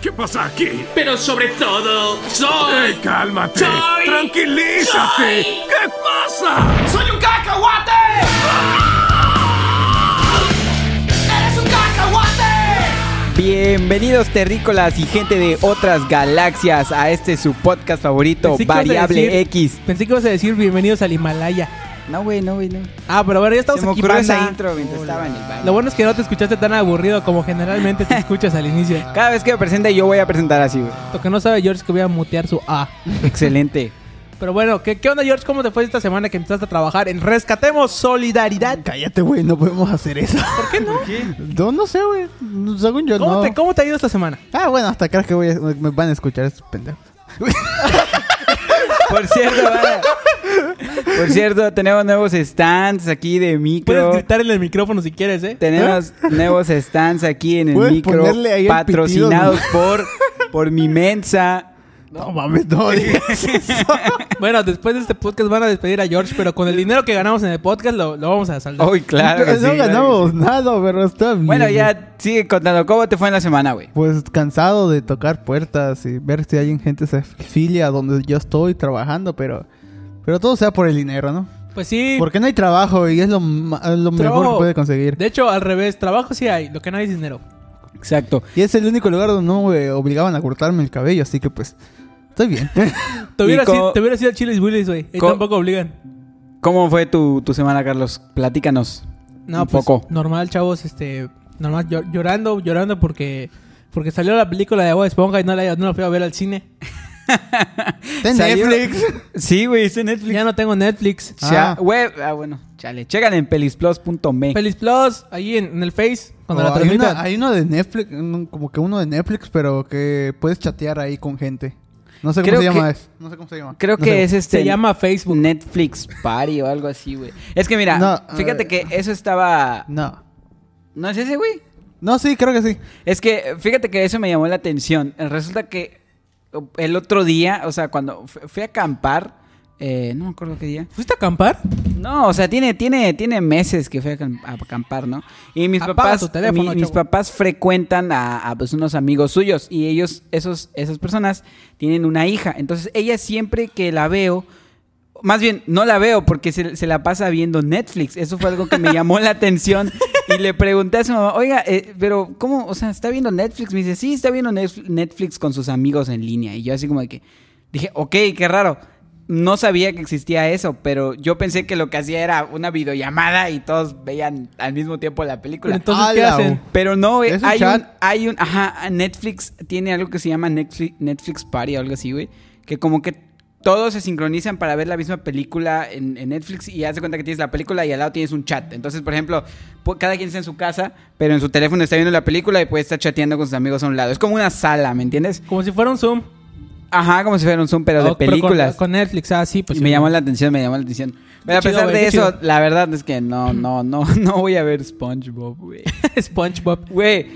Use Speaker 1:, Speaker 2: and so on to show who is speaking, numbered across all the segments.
Speaker 1: hacemos aquí?
Speaker 2: Pero sobre todo, soy.
Speaker 1: ¡Ey, cálmate!
Speaker 2: Soy-
Speaker 1: ¡Tranquilízate!
Speaker 2: soy-
Speaker 1: ¿Qué pasa?
Speaker 2: ¡Soy un cacahuate! ¡Ah! ¡Eres un cacahuate!
Speaker 3: Bienvenidos terrícolas y gente de otras galaxias a este su podcast favorito,
Speaker 4: Pensé que ibas a
Speaker 3: Variable
Speaker 4: decir-
Speaker 3: X.
Speaker 4: Pensé que ibas a decir bienvenidos al Himalaya.
Speaker 3: No, güey, no, güey, no.
Speaker 4: Ah, pero bueno,
Speaker 3: Se
Speaker 4: ya estamos
Speaker 3: me
Speaker 4: aquí,
Speaker 3: ocurrió
Speaker 4: banda.
Speaker 3: esa intro mientras estaba en el baño.
Speaker 4: Lo bueno es que no te escuchaste tan aburrido como generalmente te escuchas al inicio.
Speaker 3: Cada vez que me presente yo voy a presentar así, güey.
Speaker 4: Lo que no sabe George es que voy a mutear su A.
Speaker 3: Excelente.
Speaker 4: Pero bueno, ¿qué, qué onda George? ¿Cómo te fue esta semana que empezaste a trabajar en Rescatemos Solidaridad?
Speaker 5: Cállate, güey, no podemos hacer eso.
Speaker 4: ¿Por qué no?
Speaker 5: No, no sé, güey. No, Según yo,
Speaker 4: ¿Cómo,
Speaker 5: no.
Speaker 4: te, ¿Cómo te ha ido esta semana?
Speaker 5: Ah, bueno, hasta crees que voy a- me van a escuchar estos pendejos.
Speaker 3: Por cierto, banda, Por cierto, tenemos nuevos stands aquí de
Speaker 4: Puedes
Speaker 3: micro.
Speaker 4: gritar en el micrófono si quieres, ¿eh?
Speaker 3: Tenemos nuevos stands aquí en el
Speaker 5: Puedes
Speaker 3: micro
Speaker 5: ponerle ahí el
Speaker 3: patrocinados por, por mi mensa.
Speaker 5: No mames, no digas eso.
Speaker 4: Bueno, después de este podcast van a despedir a George, pero con el dinero que ganamos en el podcast lo, lo vamos a saldar.
Speaker 3: Uy, claro. que
Speaker 5: no
Speaker 3: sí, claro que
Speaker 5: ganamos
Speaker 3: sí.
Speaker 5: nada, pero está bien.
Speaker 3: Bueno, ya sigue contando. ¿Cómo te fue en la semana, güey?
Speaker 5: Pues cansado de tocar puertas y ver si hay gente se filia donde yo estoy trabajando, pero. Pero todo sea por el dinero, ¿no?
Speaker 4: Pues sí.
Speaker 5: Porque no hay trabajo y es lo, ma- lo mejor que
Speaker 4: trabajo-
Speaker 5: puede conseguir.
Speaker 4: De hecho, al revés, trabajo sí hay, lo que no hay es dinero.
Speaker 3: Exacto.
Speaker 5: Y es el único lugar donde no me obligaban a cortarme el cabello, así que pues. Estoy bien.
Speaker 4: Te hubiera,
Speaker 3: Y co-
Speaker 4: sido, te hubiera sido a Chili's Willis, güey. Ahí
Speaker 3: co-
Speaker 4: tampoco obligan.
Speaker 3: ¿Cómo fue tu, tu semana, Carlos? Platícanos.
Speaker 4: No,
Speaker 3: un
Speaker 4: pues
Speaker 3: poco.
Speaker 4: normal, chavos, este, normal llor- llorando, llorando porque porque salió la película de Bob Esponja y no la, no la fui a ver al cine.
Speaker 5: Ten
Speaker 3: Salió-
Speaker 5: Netflix.
Speaker 3: Sí, güey, es en Netflix.
Speaker 4: Ya no tengo Netflix.
Speaker 3: Ya,
Speaker 5: Ah.
Speaker 3: güey, ah, bueno, chale. Checan en pelisplus.me.
Speaker 4: Feliz Plus, ahí en, en el Face, cuando
Speaker 5: Oh,
Speaker 4: la
Speaker 5: hay,
Speaker 4: transmitan.
Speaker 5: una- hay uno de Netflix, un- como que uno de Netflix, pero que puedes chatear ahí con gente. No sé cómo
Speaker 3: Creo
Speaker 5: se llama
Speaker 3: que-
Speaker 5: eso. No sé cómo se llama.
Speaker 3: Creo
Speaker 5: No
Speaker 3: que
Speaker 5: sé.
Speaker 3: es este.
Speaker 4: Se llama Facebook.
Speaker 3: Netflix Party o algo así, güey. Es que mira,
Speaker 5: No,
Speaker 3: fíjate
Speaker 5: eh.
Speaker 3: que eso estaba.
Speaker 5: No.
Speaker 3: ¿No es ese, güey?
Speaker 5: No, sí, creo que sí.
Speaker 3: Es que fíjate que eso me llamó la atención. Resulta que el otro día, o sea, cuando fu- fui a acampar, eh, no me acuerdo qué día.
Speaker 4: ¿Fuiste a acampar?
Speaker 3: No, o sea, tiene, tiene, tiene meses que fui a, acam- a acampar, ¿no? Y mis
Speaker 4: Apaga
Speaker 3: papás,
Speaker 4: tu teléfono,
Speaker 3: mi- mis
Speaker 4: chavo.
Speaker 3: papás frecuentan a, a, pues, unos amigos suyos y ellos, esos, esas personas tienen una hija. Entonces ella siempre que la veo, más bien no la veo porque se, se la pasa viendo Netflix. Eso fue algo que me llamó la atención y le pregunté a su mamá, oiga, eh, pero ¿cómo? O sea, ¿está viendo Netflix? Me dice, sí, está viendo Netf- Netflix con sus amigos en línea. Y yo así como de que dije, ok, qué raro. No sabía que existía eso, pero yo pensé que lo que hacía era una videollamada y todos veían al mismo tiempo la
Speaker 4: Pero
Speaker 3: película. Pero,
Speaker 4: entonces, ¿qué
Speaker 5: Ala,
Speaker 4: hacen?
Speaker 3: no, güey,
Speaker 5: ¿Es un
Speaker 3: hay
Speaker 5: chat?
Speaker 3: un, hay un, ajá, Netflix tiene algo que se llama Netflix, Netflix Party o algo así, güey, que como que todos se sincronizan para ver la misma película en, en Netflix y haz de cuenta que tienes la película y al lado tienes un chat. Entonces, por ejemplo, po- cada quien está en su casa, pero en su teléfono está viendo la película y puede estar chateando con sus amigos a un lado. Es como una sala, ¿me entiendes?
Speaker 4: Como si fuera un Zoom.
Speaker 3: Ajá, como si fuera un Zoom, pero de
Speaker 4: Oh, con-
Speaker 3: películas.
Speaker 4: Con, Netflix, ah, sí, pues.
Speaker 3: Y me
Speaker 4: sí.
Speaker 3: llamó la atención, me llamó la atención. Pero a
Speaker 4: chido,
Speaker 3: pesar
Speaker 4: güey,
Speaker 3: de
Speaker 4: qué
Speaker 3: eso,
Speaker 4: chido.
Speaker 3: la verdad es que no, no, no, no voy a ver SpongeBob, güey.
Speaker 4: SpongeBob.
Speaker 3: Güey,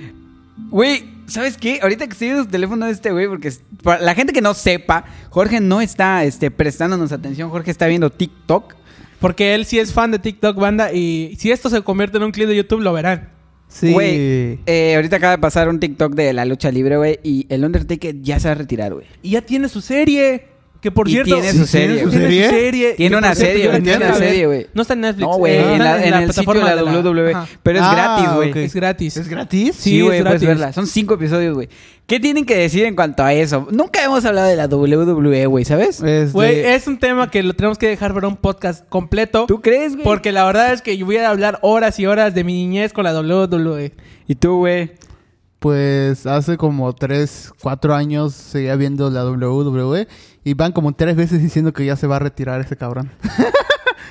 Speaker 3: güey, ¿sabes qué? Ahorita que estoy viendo el teléfono de este güey, porque es- para la gente que no sepa, Jorge no está este, prestándonos atención, Jorge está viendo TikTok.
Speaker 4: Porque él sí es fan de TikTok, banda, y si esto se convierte en un clip de YouTube, lo verán.
Speaker 5: Sí.
Speaker 3: Güey, eh, ahorita acaba de pasar un TikTok de la lucha libre, güey, y el Undertaker ya se va a retirar, güey.
Speaker 4: Y ya tiene su serie. Que por
Speaker 3: Y
Speaker 4: cierto.
Speaker 3: tiene su
Speaker 4: Sí,
Speaker 3: serie,
Speaker 4: Tiene su
Speaker 5: güey.
Speaker 4: serie.
Speaker 5: ¿Serie?
Speaker 3: Tiene
Speaker 4: Que,
Speaker 3: una
Speaker 4: por cierto,
Speaker 3: serie,
Speaker 4: yo la
Speaker 3: güey, tiene
Speaker 4: quiero
Speaker 3: una
Speaker 4: ver.
Speaker 3: serie, güey.
Speaker 4: No está en Netflix.
Speaker 3: No, güey,
Speaker 4: eh,
Speaker 3: en,
Speaker 4: está
Speaker 3: la- en el sitio de la
Speaker 4: plataforma
Speaker 3: WWE.
Speaker 4: Ajá.
Speaker 3: Pero es
Speaker 5: Ah,
Speaker 3: gratis, güey.
Speaker 5: ok.
Speaker 4: E. Es gratis.
Speaker 5: ¿Es gratis?
Speaker 4: Sí,
Speaker 3: Sí, güey,
Speaker 4: es
Speaker 3: puedes
Speaker 4: gratis.
Speaker 3: verla. Son cinco episodios, güey. ¿Qué tienen que decir en cuanto a eso? Nunca hemos hablado de la WWE, güey, eh. ¿sabes?
Speaker 5: Este,
Speaker 4: Güey, es un tema que lo tenemos que dejar para un podcast completo.
Speaker 3: ¿Tú crees, güey?
Speaker 4: Porque la verdad es que yo voy a hablar horas y horas de mi niñez con la E. WWE.
Speaker 3: ¿Y tú, güey?
Speaker 5: Pues hace como 3, 4 años seguía viendo la WWE y van como tres veces diciendo que ya se va a retirar ese cabrón.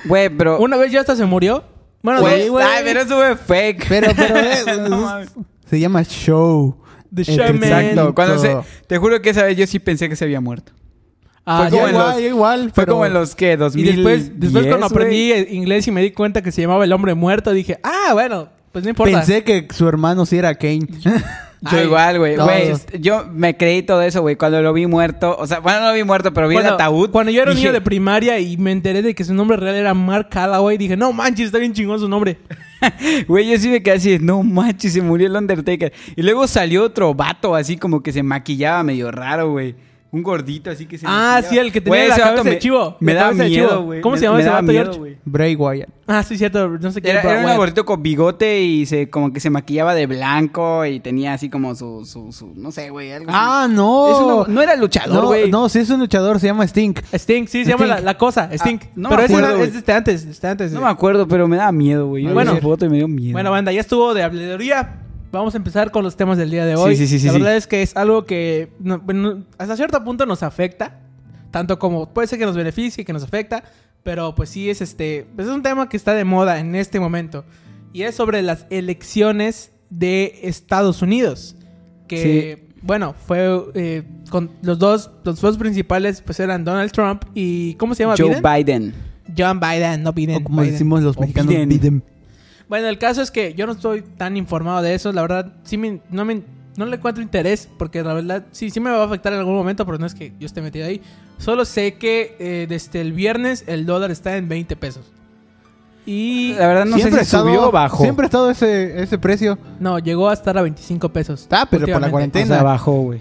Speaker 3: Güey, pero...
Speaker 4: Una vez ya hasta se murió. Bueno,
Speaker 3: Güey,
Speaker 4: dos, Ah, güey.
Speaker 3: Ay, pero eso fue fake.
Speaker 5: Pero, pero, eh,
Speaker 3: No mames.
Speaker 5: se llama Show.
Speaker 4: The
Speaker 5: Exacto.
Speaker 4: Shaman.
Speaker 3: Exacto. Cuando se...
Speaker 5: Exacto.
Speaker 3: Te juro que esa vez yo sí pensé que se había muerto.
Speaker 4: Ah,
Speaker 3: fue como
Speaker 4: ya,
Speaker 5: Yo
Speaker 3: en
Speaker 4: güey.
Speaker 5: igual,
Speaker 3: los-
Speaker 5: yo igual.
Speaker 3: Fue
Speaker 5: pero-
Speaker 3: como en los que, 2000.
Speaker 4: Y después, después cuando aprendí eh, inglés y me di cuenta que se llamaba el hombre muerto, dije, ah, bueno, pues no importa.
Speaker 5: Pensé que su hermano sí era Kane.
Speaker 3: Yo
Speaker 4: Ay,
Speaker 3: igual, güey.
Speaker 5: todos.
Speaker 3: Güey, est- yo me creí todo eso, güey. Cuando lo vi muerto. O sea, bueno, no lo vi muerto, pero vi el ataúd.
Speaker 4: Cuando yo era un
Speaker 3: dije,
Speaker 4: niño de primaria y me enteré de que su nombre real era Mark Calloway, dije, no manches, está bien chingón su nombre.
Speaker 3: Güey, yo sí me quedé así, de, no manches, se murió el Undertaker. Y luego salió otro vato así como que se maquillaba medio raro, güey. Un gordito así que se
Speaker 4: Ah,
Speaker 3: maquillaba.
Speaker 4: sí, el que tenía
Speaker 3: Güey,
Speaker 4: la
Speaker 3: ese
Speaker 4: cabeza
Speaker 3: vato
Speaker 4: de
Speaker 3: me-
Speaker 4: chivo,
Speaker 3: Me
Speaker 4: la
Speaker 3: daba
Speaker 4: cabeza de
Speaker 3: miedo,
Speaker 4: chivo.
Speaker 3: güey.
Speaker 4: ¿Cómo se
Speaker 3: Me-
Speaker 4: llamaba
Speaker 3: me
Speaker 4: ese
Speaker 3: daba
Speaker 4: vato,
Speaker 3: miedo,
Speaker 4: George?
Speaker 3: güey.
Speaker 5: Bray Wyatt.
Speaker 4: Ah, sí, cierto, no sé qué.
Speaker 3: Era,
Speaker 4: pero
Speaker 3: era un
Speaker 4: bueno.
Speaker 3: gordito con bigote y se como que se maquillaba de blanco y tenía así como su, su, su no sé, güey, algo así.
Speaker 5: Ah, no.
Speaker 3: Eso no- no era luchador,
Speaker 5: No,
Speaker 3: güey.
Speaker 5: No, si es un luchador, se llama Stink.
Speaker 4: Sting, sí, se llama
Speaker 5: Sting.
Speaker 4: la, la cosa, Sting.
Speaker 3: no
Speaker 4: pero
Speaker 3: me
Speaker 4: ese era-
Speaker 3: acuerdo,
Speaker 4: es
Speaker 3: güey.
Speaker 4: desde antes, desde antes.
Speaker 3: No
Speaker 4: eh.
Speaker 3: me acuerdo, pero me daba miedo, güey. Yo
Speaker 4: Bueno.
Speaker 3: vi esa foto y me dio miedo.
Speaker 4: Bueno, banda, ya estuvo de habladuría. Vamos a empezar con los temas del día de hoy.
Speaker 3: Sí, sí, sí,
Speaker 4: La
Speaker 3: sí,
Speaker 4: verdad
Speaker 3: sí.
Speaker 4: es que es algo que no- bueno, hasta cierto punto nos afecta. Tanto como puede ser que nos beneficie, que nos afecta. Pero pues sí es este. Pues es un tema que está de moda en este momento. Y es sobre las elecciones de Estados Unidos. Que bueno, fue eh, con los dos, los dos principales pues eran Donald Trump y ¿cómo se llama?
Speaker 3: Joe
Speaker 4: Biden?
Speaker 3: Biden.
Speaker 4: John Biden, no Biden.
Speaker 5: O como
Speaker 4: Biden.
Speaker 5: decimos los
Speaker 3: O
Speaker 5: mexicanos,
Speaker 3: Biden.
Speaker 5: Biden.
Speaker 4: Bueno, el caso es que yo no estoy tan informado de eso. La verdad, sí me- no, me, no le encuentro interés porque la verdad sí, sí me va a afectar en algún momento, pero no es que yo esté metido ahí. Solo sé que eh, desde el viernes el dólar está en 20 pesos. Y
Speaker 3: La verdad no sé si subió o bajó.
Speaker 5: Siempre ha estado ese, ese precio.
Speaker 4: no, llegó a estar a 25 pesos.
Speaker 5: Ah, pero por la
Speaker 4: últimamente.
Speaker 5: cuarentena.
Speaker 3: o sea, bajó, güey.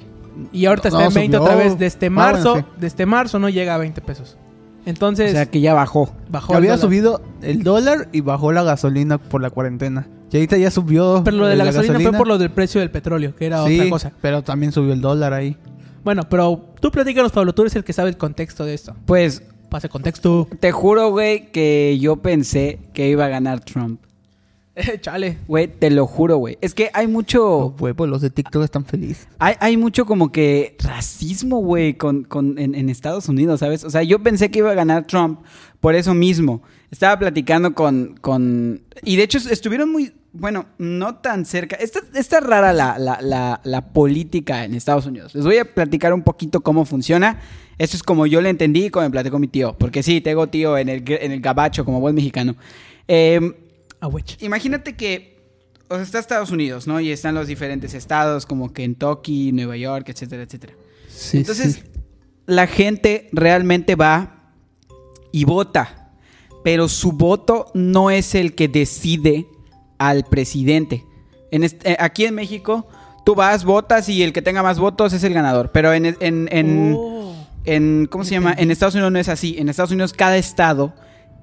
Speaker 4: Y ahorita
Speaker 5: No,
Speaker 4: está en 20 otra
Speaker 5: subió.
Speaker 4: vez. Desde
Speaker 5: Ah,
Speaker 4: marzo,
Speaker 5: bueno,
Speaker 4: desde marzo no llega a 20 pesos.
Speaker 3: O
Speaker 4: Entonces,
Speaker 3: sea, que ya bajó.
Speaker 4: bajó. el
Speaker 5: Había
Speaker 4: dólar.
Speaker 5: subido el dólar y bajó la gasolina por la cuarentena. Y ahorita ya subió.
Speaker 4: Pero lo de la, gasolina, fue por lo del precio del petróleo, que era
Speaker 5: Sí,
Speaker 4: otra cosa.
Speaker 5: pero también subió el dólar ahí.
Speaker 4: Bueno, pero tú platícanos, Pablo, tú eres el que sabe el contexto de esto.
Speaker 3: Pues
Speaker 4: Pase contexto.
Speaker 3: te juro, güey, que yo pensé que iba a ganar Trump.
Speaker 4: Eh, Chale.
Speaker 3: Güey, te lo juro, güey. Es que hay
Speaker 5: Oh,
Speaker 3: mucho.
Speaker 5: huevo, los de TikTok están felices.
Speaker 3: Hay, hay mucho como que racismo, güey, con, con- en, en Estados Unidos, ¿sabes? O sea, yo pensé que iba a ganar Trump por eso mismo. Estaba platicando con... con y de hecho estuvieron muy... Bueno, no tan cerca. Está, está rara la, la- la- la política en Estados Unidos. Les voy a platicar un poquito cómo funciona. Esto es como yo lo entendí y como me platicó mi tío. Porque sí, tengo tío en el, en el gabacho como buen mexicano. Eh,
Speaker 4: A witch.
Speaker 3: Imagínate que o sea, está Estados Unidos, ¿no? Y están los diferentes estados como Kentucky, Nueva York, etcétera, etcétera.
Speaker 5: Sí,
Speaker 3: Entonces, la gente realmente va y vota, pero su voto no es el que decide al presidente. En este- eh, aquí en México, tú vas, votas y el que tenga más votos es el ganador. Pero en, en- en-
Speaker 4: Oh.
Speaker 3: en ¿cómo se llama? En Estados Unidos no es así. En Estados Unidos cada estado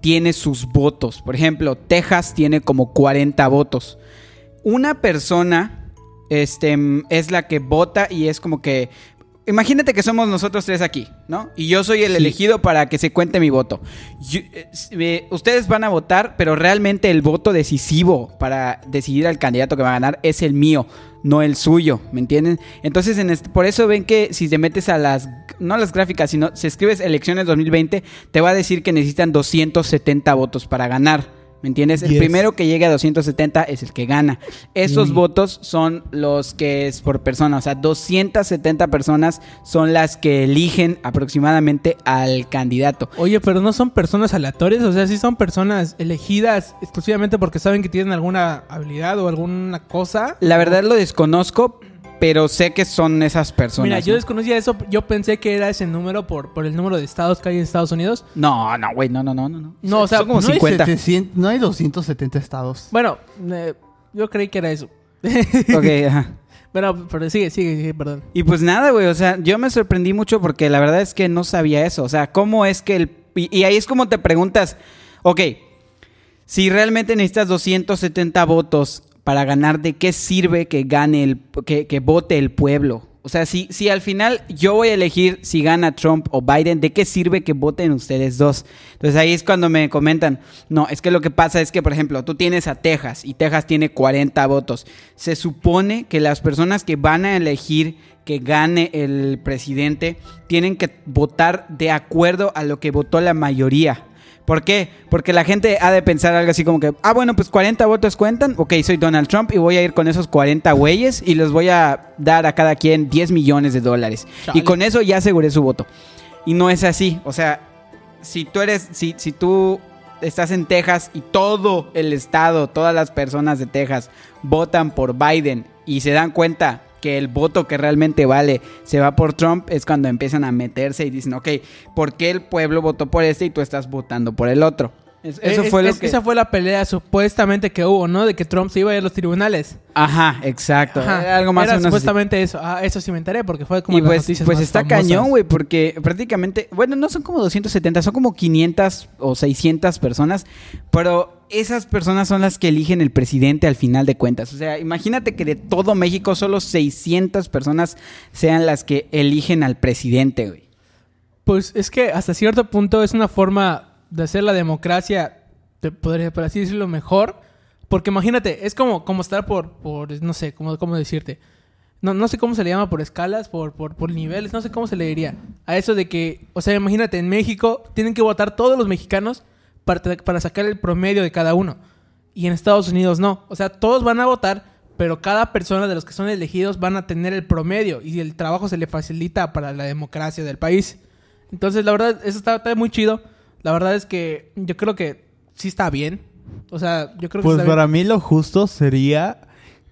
Speaker 3: tiene sus votos. Por ejemplo, Texas tiene como 40 votos. Una persona este, mm, es la que vota y es como que imagínate que somos nosotros tres aquí, ¿no? Y yo soy el elegido para que se cuente mi voto. Yo- eh, s- eh, ustedes van a votar, pero realmente el voto decisivo para decidir al candidato que va a ganar es el mío, no el suyo, ¿me entienden? Entonces, en este- por eso ven que si te metes a las, no a las gráficas, sino si escribes elecciones 2020, te va a decir que necesitan 270 votos para ganar. ¿Me entiendes? El
Speaker 5: Yes.
Speaker 3: primero que llegue a 270 es el que gana. Esos
Speaker 4: Mm.
Speaker 3: votos son los que es por persona. O sea, 270 personas son las que eligen aproximadamente al candidato.
Speaker 4: Oye, pero no son personas aleatorias, o sea, sí son personas elegidas exclusivamente porque saben que tienen alguna habilidad o alguna cosa.
Speaker 3: La verdad lo desconozco, pero sé que son esas personas.
Speaker 4: Mira, yo
Speaker 3: ¿no?
Speaker 4: desconocía eso, yo pensé que era ese número por, por el número de estados que hay en Estados Unidos.
Speaker 3: No, no, güey, no, no, no, no, no.
Speaker 4: No, o sea,
Speaker 3: son como
Speaker 5: no,
Speaker 3: 50.
Speaker 5: Hay 700 no hay 270 estados.
Speaker 4: Bueno, eh, yo creí que era eso.
Speaker 3: Ok, ajá.
Speaker 4: Bueno, pero sigue, sigue, sigue, perdón.
Speaker 3: Y pues nada, güey, o sea, yo me sorprendí mucho porque la verdad es que no sabía eso. O sea, ¿cómo es que el... Y, y ahí es como te preguntas, ok, si realmente necesitas 270 votos para ganar, ¿de qué sirve que gane el... que, que vote el pueblo? O sea, si, si al final yo voy a elegir si gana Trump o Biden, ¿de qué sirve que voten ustedes dos? Entonces ahí es cuando me comentan, no, es que lo que pasa es que, por ejemplo, tú tienes a Texas y Texas tiene 40 votos. Se supone que las personas que van a elegir que gane el presidente tienen que votar de acuerdo a lo que votó la mayoría. ¿Por qué? Porque la gente ha de pensar algo así como que, ah, bueno, pues 40 votos cuentan, ok, soy Donald Trump y voy a ir con esos 40 güeyes y les voy a dar a cada quien 10 millones de dólares. Y
Speaker 4: Chale.
Speaker 3: con eso ya aseguré su voto. Y no es así. O sea, si tú eres, si, si tú estás en Texas y todo el estado, todas las personas de Texas votan por Biden y se dan cuenta que el voto que realmente vale se va por Trump, es cuando empiezan a meterse y dicen, ok, ¿por qué el pueblo votó por este y tú estás votando por el otro? Es- eso
Speaker 4: Eh,
Speaker 3: fue lo
Speaker 4: es-
Speaker 3: que...
Speaker 4: Esa fue la pelea supuestamente que hubo, ¿no? De que Trump se iba a ir a los tribunales.
Speaker 3: Ajá, exacto.
Speaker 4: Ajá.
Speaker 3: Era Algo más
Speaker 4: Era
Speaker 3: o menos así.
Speaker 4: supuestamente eso. Ah, eso sí me enteré porque fue como
Speaker 3: y
Speaker 4: las
Speaker 3: pues,
Speaker 4: noticias
Speaker 3: pues
Speaker 4: más
Speaker 3: está
Speaker 4: famosas.
Speaker 3: cañón, güey, porque prácticamente, bueno, no son como 270, son como 500 o 600 personas, pero esas personas son las que eligen el presidente al final de cuentas. O sea, imagínate que de todo México solo 600 personas sean las que eligen al presidente, güey.
Speaker 4: Pues es que hasta cierto punto es una forma de hacer la democracia, de, podría, por así decirlo, mejor. Porque imagínate, es como, como estar por, por no sé, cómo, cómo decirte. No, no sé cómo se le llama por escalas, por, por, por niveles, no sé cómo se le diría. A eso de que, o sea, imagínate, en México tienen que votar todos los mexicanos para, tra- para sacar el promedio de cada uno. Y en Estados Unidos no. O sea, todos van a votar, pero cada persona de los que son elegidos van a tener el promedio y el trabajo se le facilita para la democracia del país. Entonces, la verdad, eso está, está muy chido. La verdad es que yo creo que sí está bien. O sea, yo creo que
Speaker 5: Pues
Speaker 4: está
Speaker 5: para mí lo justo sería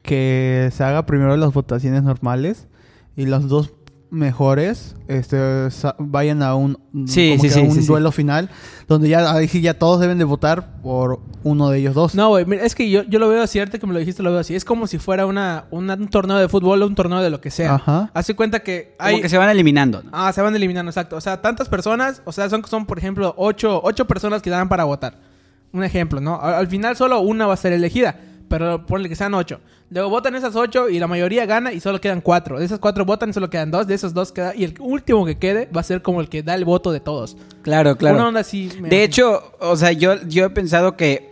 Speaker 5: que se haga primero las votaciones normales y los dos mejores este, sa- vayan a un,
Speaker 3: Sí,
Speaker 5: como
Speaker 3: sí,
Speaker 5: que a
Speaker 3: sí,
Speaker 5: un
Speaker 3: sí, sí.
Speaker 5: duelo final donde ya ahí sí ya todos deben de votar por uno de ellos dos.
Speaker 4: No, güey, mira, es que yo, yo lo veo así, ahorita que me lo dijiste, lo veo así. Es como si fuera una, una- un torneo de fútbol o un torneo de lo que sea.
Speaker 5: Ajá.
Speaker 4: Hace cuenta que
Speaker 3: Como
Speaker 4: hay...
Speaker 3: que se van eliminando, ¿no?
Speaker 4: Ah, se van eliminando, exacto. O sea, tantas personas, o sea, son, son por ejemplo, ocho, ocho personas que dan para votar. Un ejemplo, ¿no? Al, al final solo una va a ser elegida, pero ponle que sean ocho. Luego votan esas ocho y la mayoría gana y solo quedan cuatro. De esas cuatro votan y solo quedan dos, de esos dos queda... Y el último que quede va a ser como el que da el voto de todos.
Speaker 3: Claro, claro.
Speaker 4: Una onda así. me
Speaker 3: De
Speaker 4: imagino.
Speaker 3: hecho, o sea, yo, yo he pensado que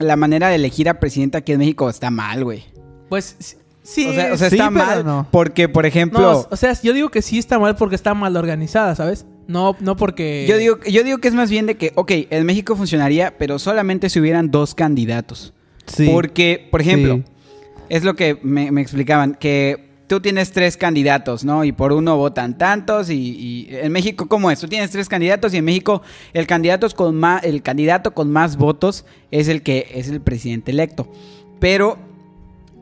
Speaker 3: la manera de elegir a presidente aquí en México está mal, güey.
Speaker 4: Pues sí.
Speaker 3: o sea, o sea,
Speaker 5: sí,
Speaker 3: está
Speaker 5: pero
Speaker 3: mal
Speaker 5: no.
Speaker 3: porque, por
Speaker 4: No,
Speaker 3: ejemplo...
Speaker 4: o sea, yo digo que sí está mal porque está mal organizada, ¿sabes? No, no porque...
Speaker 3: Yo digo, yo digo que es más bien de que, ok, en México funcionaría, pero solamente si hubieran dos candidatos.
Speaker 5: Sí.
Speaker 3: Porque, por ejemplo,
Speaker 5: Sí.
Speaker 3: es lo que me, me explicaban, que tú tienes tres candidatos, ¿no? Y por uno votan tantos y, y en México, ¿cómo es? Tú tienes tres candidatos y en México el candidato, es con más, el candidato con más votos es el que es el presidente electo. Pero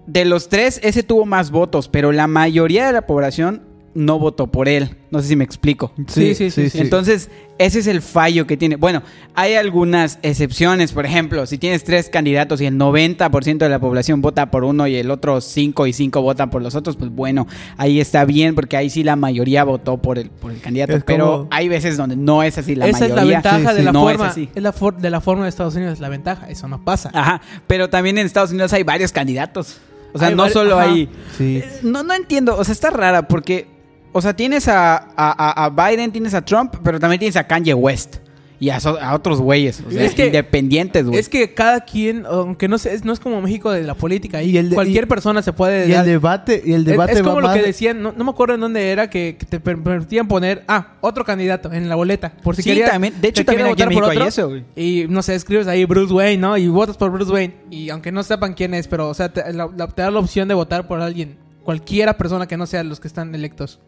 Speaker 3: de los tres, ese tuvo más votos, pero la mayoría de la población no votó por él. No sé si me explico.
Speaker 4: Sí, sí, sí, sí.
Speaker 3: Entonces, ese es el fallo que tiene. Bueno, hay algunas excepciones, por ejemplo, si tienes tres candidatos y el 90% de la población vota por uno y el otro 5 y 5 votan por los otros, pues bueno, ahí está bien porque ahí sí la mayoría votó por el, por el candidato,
Speaker 5: Es
Speaker 3: pero
Speaker 5: como-
Speaker 3: hay veces donde no es así la
Speaker 4: Esa es la
Speaker 3: mayoría.
Speaker 4: ventaja
Speaker 5: Sí,
Speaker 4: de
Speaker 5: sí.
Speaker 4: la
Speaker 3: No es
Speaker 4: forma.
Speaker 3: así.
Speaker 4: es la for- de la forma de Estados Unidos es la ventaja. Eso no pasa.
Speaker 3: Ajá, pero también en Estados Unidos hay varios candidatos. O sea,
Speaker 4: Hay
Speaker 3: no
Speaker 4: vari-
Speaker 3: solo
Speaker 4: ajá.
Speaker 3: hay...
Speaker 5: Sí.
Speaker 3: Eh, No, no entiendo, o sea, está rara porque, o sea, tienes a, a- a- a Biden, tienes a Trump, pero también tienes a Kanye West y a, so- a otros güeyes, o sea,
Speaker 4: Es que-
Speaker 3: independientes, güey.
Speaker 4: Es que cada quien, aunque no sé, es- no es como México de la política. Y
Speaker 5: Y el de-
Speaker 4: cualquier
Speaker 5: y-
Speaker 4: persona se
Speaker 3: eh,
Speaker 4: puede.
Speaker 5: Y el
Speaker 4: dar-
Speaker 5: debate, y el debate
Speaker 4: es, es como
Speaker 5: va
Speaker 4: lo que
Speaker 5: más-
Speaker 4: decían, no, no me acuerdo en dónde era, que, que te per- permitían poner, ah, otro candidato en la boleta. Por si
Speaker 3: Sí,
Speaker 4: querías-
Speaker 3: también- de hecho,
Speaker 4: te quieres
Speaker 3: también aquí en
Speaker 4: votar por
Speaker 3: México hay
Speaker 4: otro,
Speaker 3: eso, güey.
Speaker 4: Y no sé, escribes ahí Bruce Wayne, ¿no? Y votas por Bruce Wayne. Y aunque no sepan quién es, pero, o sea, te, la- la- te da la opción de votar por alguien. Cualquiera persona que no sea los que están electos.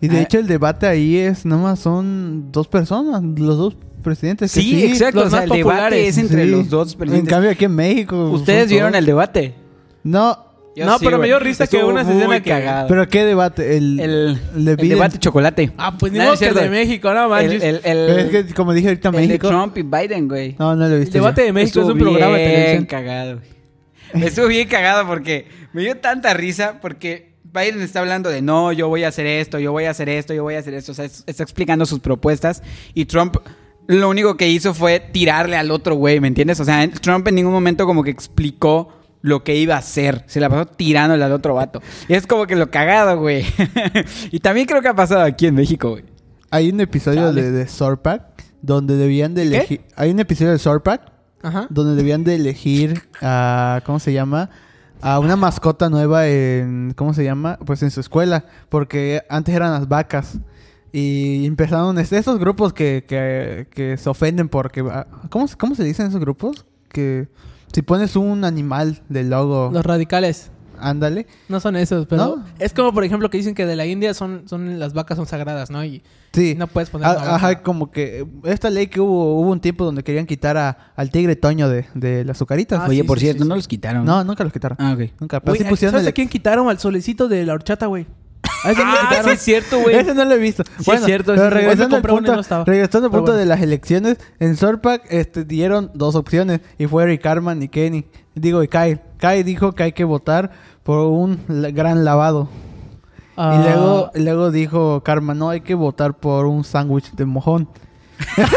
Speaker 5: Y de
Speaker 3: Ah.
Speaker 5: hecho el debate ahí es nada más son dos personas, los dos presidentes. que
Speaker 3: sí, exacto,
Speaker 4: los
Speaker 3: o sea,
Speaker 4: más
Speaker 3: el debate
Speaker 4: populares,
Speaker 3: es entre
Speaker 5: Sí.
Speaker 3: los dos
Speaker 5: En
Speaker 3: presidentes.
Speaker 5: cambio aquí en México.
Speaker 3: Ustedes
Speaker 5: son
Speaker 3: vieron
Speaker 5: todos.
Speaker 3: el debate.
Speaker 5: No,
Speaker 3: Yo
Speaker 4: no,
Speaker 3: sí,
Speaker 4: pero
Speaker 3: güey.
Speaker 4: me dio risa que
Speaker 3: Estuvo
Speaker 4: una
Speaker 3: muy
Speaker 4: escena que-
Speaker 3: cagada.
Speaker 5: pero qué debate, el,
Speaker 3: el,
Speaker 5: el de
Speaker 3: el
Speaker 5: Biden.
Speaker 3: debate chocolate.
Speaker 4: Ah, pues ni
Speaker 3: No,
Speaker 4: modo
Speaker 3: es
Speaker 4: que el
Speaker 3: cierto.
Speaker 4: de México, no
Speaker 3: El,
Speaker 4: manches.
Speaker 3: el-
Speaker 5: Pero
Speaker 3: el-
Speaker 5: es que como dije ahorita
Speaker 3: el de
Speaker 5: México.
Speaker 3: Trump y Biden, güey.
Speaker 5: No, no lo he
Speaker 4: El
Speaker 5: visto. yo.
Speaker 4: debate Este de México es un programa de
Speaker 3: bien
Speaker 4: televisión.
Speaker 3: cagado, güey. Estuvo bien cagado porque me dio tanta risa porque Biden está hablando de no, yo voy a hacer esto, yo voy a hacer esto, yo voy a hacer esto. O sea, es- está explicando sus propuestas y Trump lo único que hizo fue tirarle al otro güey, ¿me entiendes? O sea, en- Trump en ningún momento como que explicó lo que iba a hacer. Se la pasó tirándole al otro vato. Y es como que lo cagado, güey. y también creo que ha pasado aquí en México, güey.
Speaker 5: Hay un episodio de, de Zorpak donde debían de elegir. Hay un episodio de Zorpak
Speaker 4: Ajá.
Speaker 5: donde debían de elegir a ¿cómo se llama? a una mascota nueva en ¿cómo se llama? pues en su escuela, porque antes eran las vacas. Y empezaron es- esos grupos que, que, que se ofenden porque ah, ¿cómo, se- ¿cómo se dicen esos grupos? que si pones un animal de logo
Speaker 4: Los radicales.
Speaker 5: ándale.
Speaker 4: No son esos, pero
Speaker 5: ¿No?
Speaker 4: es como por ejemplo que dicen que de la India son, son las vacas son sagradas, ¿no? Y
Speaker 5: Sí.
Speaker 4: no puedes poner
Speaker 5: A-
Speaker 4: una vaca.
Speaker 5: Ajá, como que eh, esta ley que hubo, hubo un tiempo donde querían quitar a- al tigre Toño de, de las azucaritas.
Speaker 4: Ah,
Speaker 3: Oye,
Speaker 4: sí,
Speaker 3: por
Speaker 4: sí,
Speaker 3: cierto,
Speaker 4: sí,
Speaker 3: no
Speaker 4: sí.
Speaker 3: los quitaron.
Speaker 5: No, nunca los quitaron.
Speaker 3: Ah, ok.
Speaker 5: Nunca, pero
Speaker 4: Güey,
Speaker 5: sí pusieron
Speaker 4: ¿Sabes
Speaker 5: el-
Speaker 4: a quién quitaron? Al solecito de la horchata, güey. A ese lo
Speaker 3: Ah, sí
Speaker 4: quitaron.
Speaker 3: es cierto, güey.
Speaker 5: Ese no lo he visto.
Speaker 3: es
Speaker 5: bueno,
Speaker 3: cierto, sí, sí.
Speaker 5: pero
Speaker 4: Hoy me
Speaker 5: regresando al
Speaker 4: compré uno y
Speaker 5: punto,
Speaker 4: no estaba.
Speaker 5: regresando al
Speaker 4: Pero
Speaker 5: punto
Speaker 4: bueno.
Speaker 5: de las elecciones, en Sorpac este, dieron dos opciones y fue Rick Carman y Kenny. Digo, y Kyle. Kyle dijo que hay que votar por un la- gran lavado.
Speaker 4: Ah,
Speaker 5: Y luego, y luego dijo Carman, no, hay que votar por un sándwich de mojón.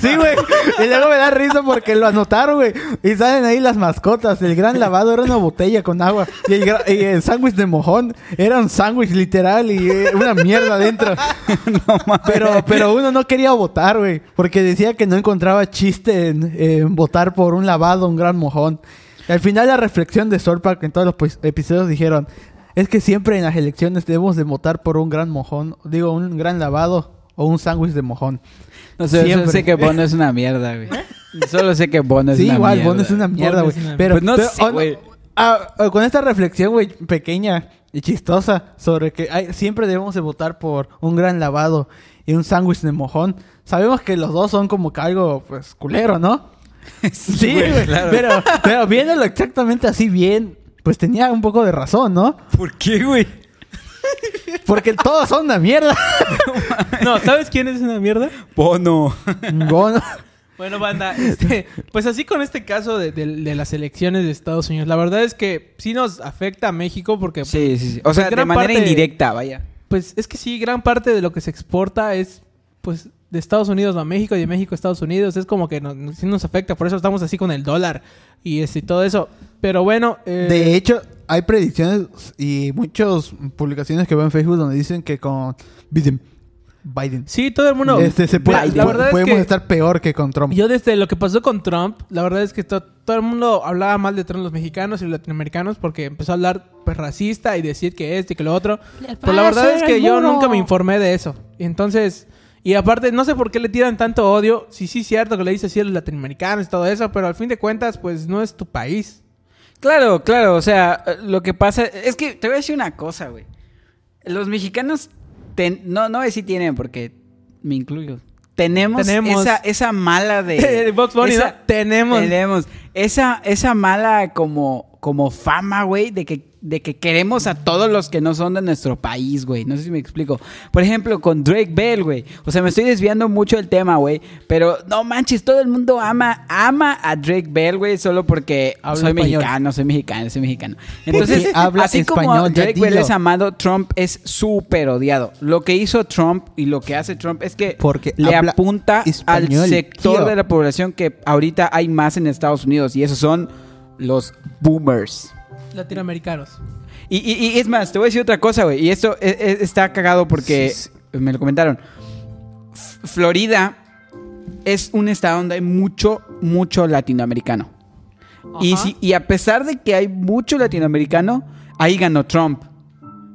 Speaker 5: sí, güey. Y luego me da risa porque lo anotaron, güey. Y salen ahí las mascotas. El gran lavado era una botella con agua. Y el, gra- y el sándwich de mojón era un sándwich literal y eh, una mierda adentro. pero, pero uno no quería votar, güey. Porque decía que no encontraba chiste en, en votar por un lavado, un gran mojón. Y al final la reflexión de Sorpak en todos los pues- episodios dijeron... Es que siempre en las elecciones debemos de votar por un gran mojón, digo, un gran lavado o un sándwich de mojón.
Speaker 3: No sé, solo
Speaker 5: Siempre.
Speaker 3: sé que Bono es una mierda, güey. Solo sé que ¿Eh? Bono es
Speaker 5: Sí,
Speaker 3: una
Speaker 5: igual,
Speaker 3: mierda.
Speaker 5: Bono es una mierda,
Speaker 4: Bono
Speaker 5: güey.
Speaker 4: es una-
Speaker 5: Pero
Speaker 3: Pues no
Speaker 5: pero-
Speaker 3: sé,
Speaker 5: o no-
Speaker 3: güey.
Speaker 5: ah, ah, con esta reflexión, güey, pequeña y chistosa sobre que hay- siempre debemos de votar por un gran lavado y un sándwich de mojón. Sabemos que los dos son como que algo, pues, culero, ¿no? Sí, güey, pero, pero viéndolo exactamente así bien, pues tenía un poco de razón, ¿no?
Speaker 3: ¿Por qué, güey?
Speaker 5: Porque todos son una mierda.
Speaker 4: No, ¿sabes quién es una mierda?
Speaker 3: Bono.
Speaker 5: Bono.
Speaker 4: Bueno, banda, este, pues así con este caso de, de- de las elecciones de Estados Unidos. La verdad es que sí nos afecta a México porque,
Speaker 3: Sí, sí, sí. O sea,
Speaker 4: Pues
Speaker 3: de
Speaker 4: gran
Speaker 3: manera
Speaker 4: parte-
Speaker 3: indirecta, vaya.
Speaker 4: pues es que sí, gran parte de lo que se exporta es, pues, de Estados Unidos a México y de México a Estados Unidos. Es como que nos, nos- sí nos afecta, por eso estamos así con el dólar y este, y todo eso. Pero bueno, eh,
Speaker 5: De hecho, hay predicciones y muchas publicaciones que veo en Facebook donde dicen que con Biden, Biden
Speaker 4: sí, todo el mundo.
Speaker 5: este, se puede,
Speaker 4: la verdad es
Speaker 5: podemos
Speaker 4: que
Speaker 5: estar peor que con Trump.
Speaker 4: Yo desde lo que pasó con Trump, la verdad es que to- todo el mundo hablaba mal de Trump, los mexicanos y los latinoamericanos, porque empezó a hablar pues, racista y decir que este y que lo otro. Pero la verdad es que yo nunca me informé de eso. Y entonces, y aparte, no sé por qué le tiran tanto odio. Sí, sí, cierto que le dice así a los latinoamericanos y todo eso, pero al fin de cuentas, pues no es tu país.
Speaker 3: Claro, claro, o sea, eh, lo que pasa es que te voy a decir una cosa, güey. Los mexicanos, ten- no, no voy a decir tienen porque me incluyo. Tenemos,
Speaker 4: Tenemos.
Speaker 3: Esa, esa mala de...
Speaker 4: El Vox Bunny,
Speaker 3: esa-
Speaker 4: ¿no? Tenemos.
Speaker 3: Tenemos. Esa, esa mala como, como fama, güey, de que, de que queremos a todos los que no son de nuestro país, güey. No sé si me explico. Por ejemplo, con Drake Bell, güey. O sea, me estoy desviando mucho del tema, güey. Pero no manches, todo el mundo ama, ama a Drake Bell, güey, solo porque
Speaker 5: Habla
Speaker 3: soy
Speaker 5: español.
Speaker 3: mexicano, soy mexicano, soy mexicano. Entonces,
Speaker 5: Porque habla
Speaker 3: así como
Speaker 5: español, ya
Speaker 3: Drake Bell
Speaker 5: dilo.
Speaker 3: es amado, Trump es súper odiado. Lo que hizo Trump y lo que hace Trump es que
Speaker 5: Porque
Speaker 3: le
Speaker 5: habla
Speaker 3: apunta al
Speaker 5: español,
Speaker 3: sector
Speaker 5: tío.
Speaker 3: de la población que ahorita hay más en Estados Unidos y esos son los boomers.
Speaker 4: Latinoamericanos.
Speaker 3: Y, y- y es más, te voy a decir otra cosa, güey. Y esto e- e- está cagado porque me lo comentaron. F- Florida es un estado donde hay mucho, mucho latinoamericano. Y,
Speaker 4: Ajá.
Speaker 3: si- y a pesar de que hay mucho latinoamericano, ahí ganó Trump.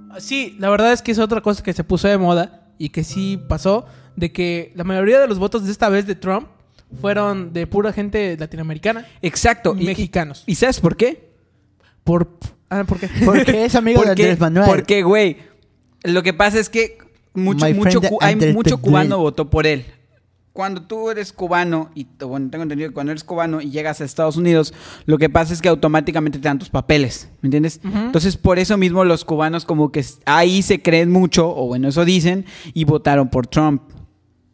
Speaker 4: Ah, Sí, la verdad es que es otra cosa que se puso de moda y que sí pasó, de que la mayoría de los votos de esta vez de Trump fueron de pura gente latinoamericana.
Speaker 3: Exacto. Y-
Speaker 4: Mexicanos.
Speaker 3: ¿Y, y sabes por qué?
Speaker 4: Por... Ah, ¿por qué?
Speaker 5: Porque es amigo de
Speaker 3: Porque-
Speaker 5: Andrés Manuel.
Speaker 3: Porque, güey, lo que pasa es que mucho,
Speaker 5: My
Speaker 3: mucho,
Speaker 5: friend
Speaker 3: cu- hay
Speaker 5: Andrés
Speaker 3: mucho
Speaker 5: Manuel.
Speaker 3: cubano votó por él. Cuando tú eres cubano, y t- bueno, tengo entendido que cuando eres cubano y llegas a Estados Unidos, lo que pasa es que automáticamente te dan tus papeles, ¿me entiendes? Entonces, por eso mismo los cubanos como que s- ahí se creen mucho, o bueno, eso dicen, y votaron por Trump.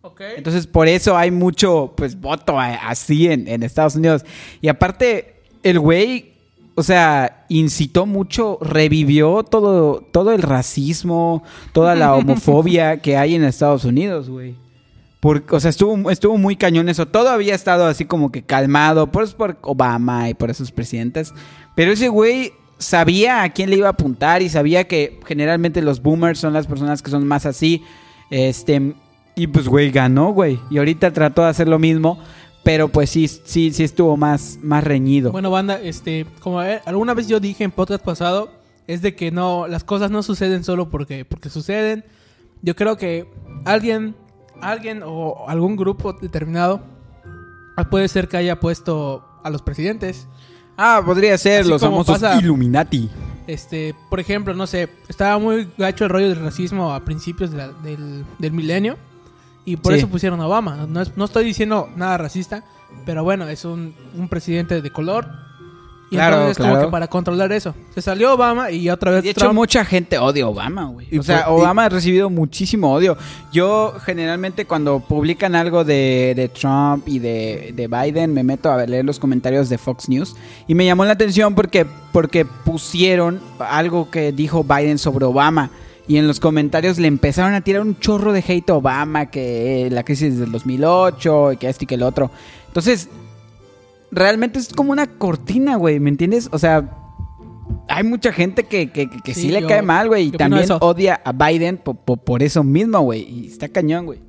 Speaker 4: Ok.
Speaker 3: Entonces, por eso hay mucho, pues, voto a- así en, en Estados Unidos. Y aparte, el güey, o sea, incitó mucho, revivió todo, todo el racismo, toda la homofobia que hay en Estados Unidos, güey. Por- o sea, estuvo, estuvo muy cañón eso. Todo había estado así como que calmado por, por Obama y por esos presidentes. Pero ese güey sabía a quién le iba a apuntar y sabía que generalmente los boomers son las personas que son más así. Este, y pues güey ganó, güey. Y ahorita trató de hacer lo mismo, pero pues sí, sí, sí estuvo más, más reñido.
Speaker 4: Bueno, banda, este, como a ver, alguna vez yo dije en podcast pasado, es de que no, las cosas no suceden solo porque, porque suceden. Yo creo que alguien, alguien o algún grupo determinado ah, puede ser que haya puesto a los presidentes.
Speaker 3: ah, podría ser
Speaker 4: así
Speaker 3: los
Speaker 4: como
Speaker 3: famosos
Speaker 4: pasa-
Speaker 3: Illuminati.
Speaker 4: Este, por ejemplo, no sé, estaba muy gacho el rollo del racismo a principios de la- del, del milenio. Y por
Speaker 3: Sí.
Speaker 4: eso pusieron a Obama. No, es- no estoy diciendo nada racista, pero bueno, es un, un presidente de color. Y
Speaker 3: Claro,
Speaker 4: entonces como
Speaker 3: claro.
Speaker 4: que para controlar eso. Se salió Obama y otra vez
Speaker 3: De hecho,
Speaker 4: Trump. pues,
Speaker 3: mucha gente odia a Obama, güey.
Speaker 5: Y
Speaker 3: O sea,
Speaker 5: por- y-
Speaker 3: Obama ha recibido muchísimo odio. Yo generalmente cuando publican algo de, de Trump y de, de Biden, me meto a leer los comentarios de Fox News. Y me llamó la atención porque, porque pusieron algo que dijo Biden sobre Obama. Y en los comentarios le empezaron a tirar un chorro de hate a Obama, que eh, la crisis del 2008, y que este y que el otro. Entonces, realmente es como una cortina, güey, ¿me entiendes? O sea, hay mucha gente que, que, que- que sí,
Speaker 4: Sí,
Speaker 3: le
Speaker 4: yo-
Speaker 3: cae mal, güey, y
Speaker 4: yo opino
Speaker 3: también
Speaker 4: eso.
Speaker 3: odia a Biden po- po- por, eso mismo, güey, y está cañón, güey.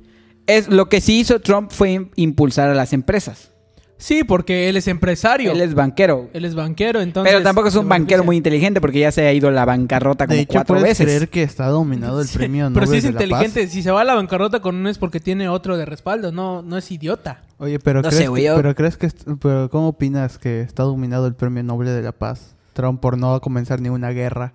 Speaker 3: Es, lo que sí hizo Trump fue im- impulsar a las empresas.
Speaker 4: Sí, porque él es empresario.
Speaker 3: Él es banquero. güey.
Speaker 4: Él es banquero, entonces.
Speaker 3: Pero tampoco es
Speaker 4: se
Speaker 3: un banquero
Speaker 4: beneficia.
Speaker 3: muy inteligente porque ya se ha ido a la bancarrota como
Speaker 5: De hecho,
Speaker 3: cuatro
Speaker 5: puedes
Speaker 3: veces.
Speaker 5: creer que está dominado el
Speaker 4: Sí,
Speaker 5: premio Nobel
Speaker 4: Pero sí es
Speaker 5: de la Paz.
Speaker 4: inteligente. Si se va a la bancarrota con uno es porque tiene otro de respaldo. No, no es idiota.
Speaker 5: Oye, pero,
Speaker 3: No
Speaker 5: crees,
Speaker 3: sé, güey,
Speaker 5: que-
Speaker 3: yo-
Speaker 5: pero crees que... est- Pero ¿cómo opinas que está dominado el premio Nobel de la Paz? Trump por no comenzar ninguna guerra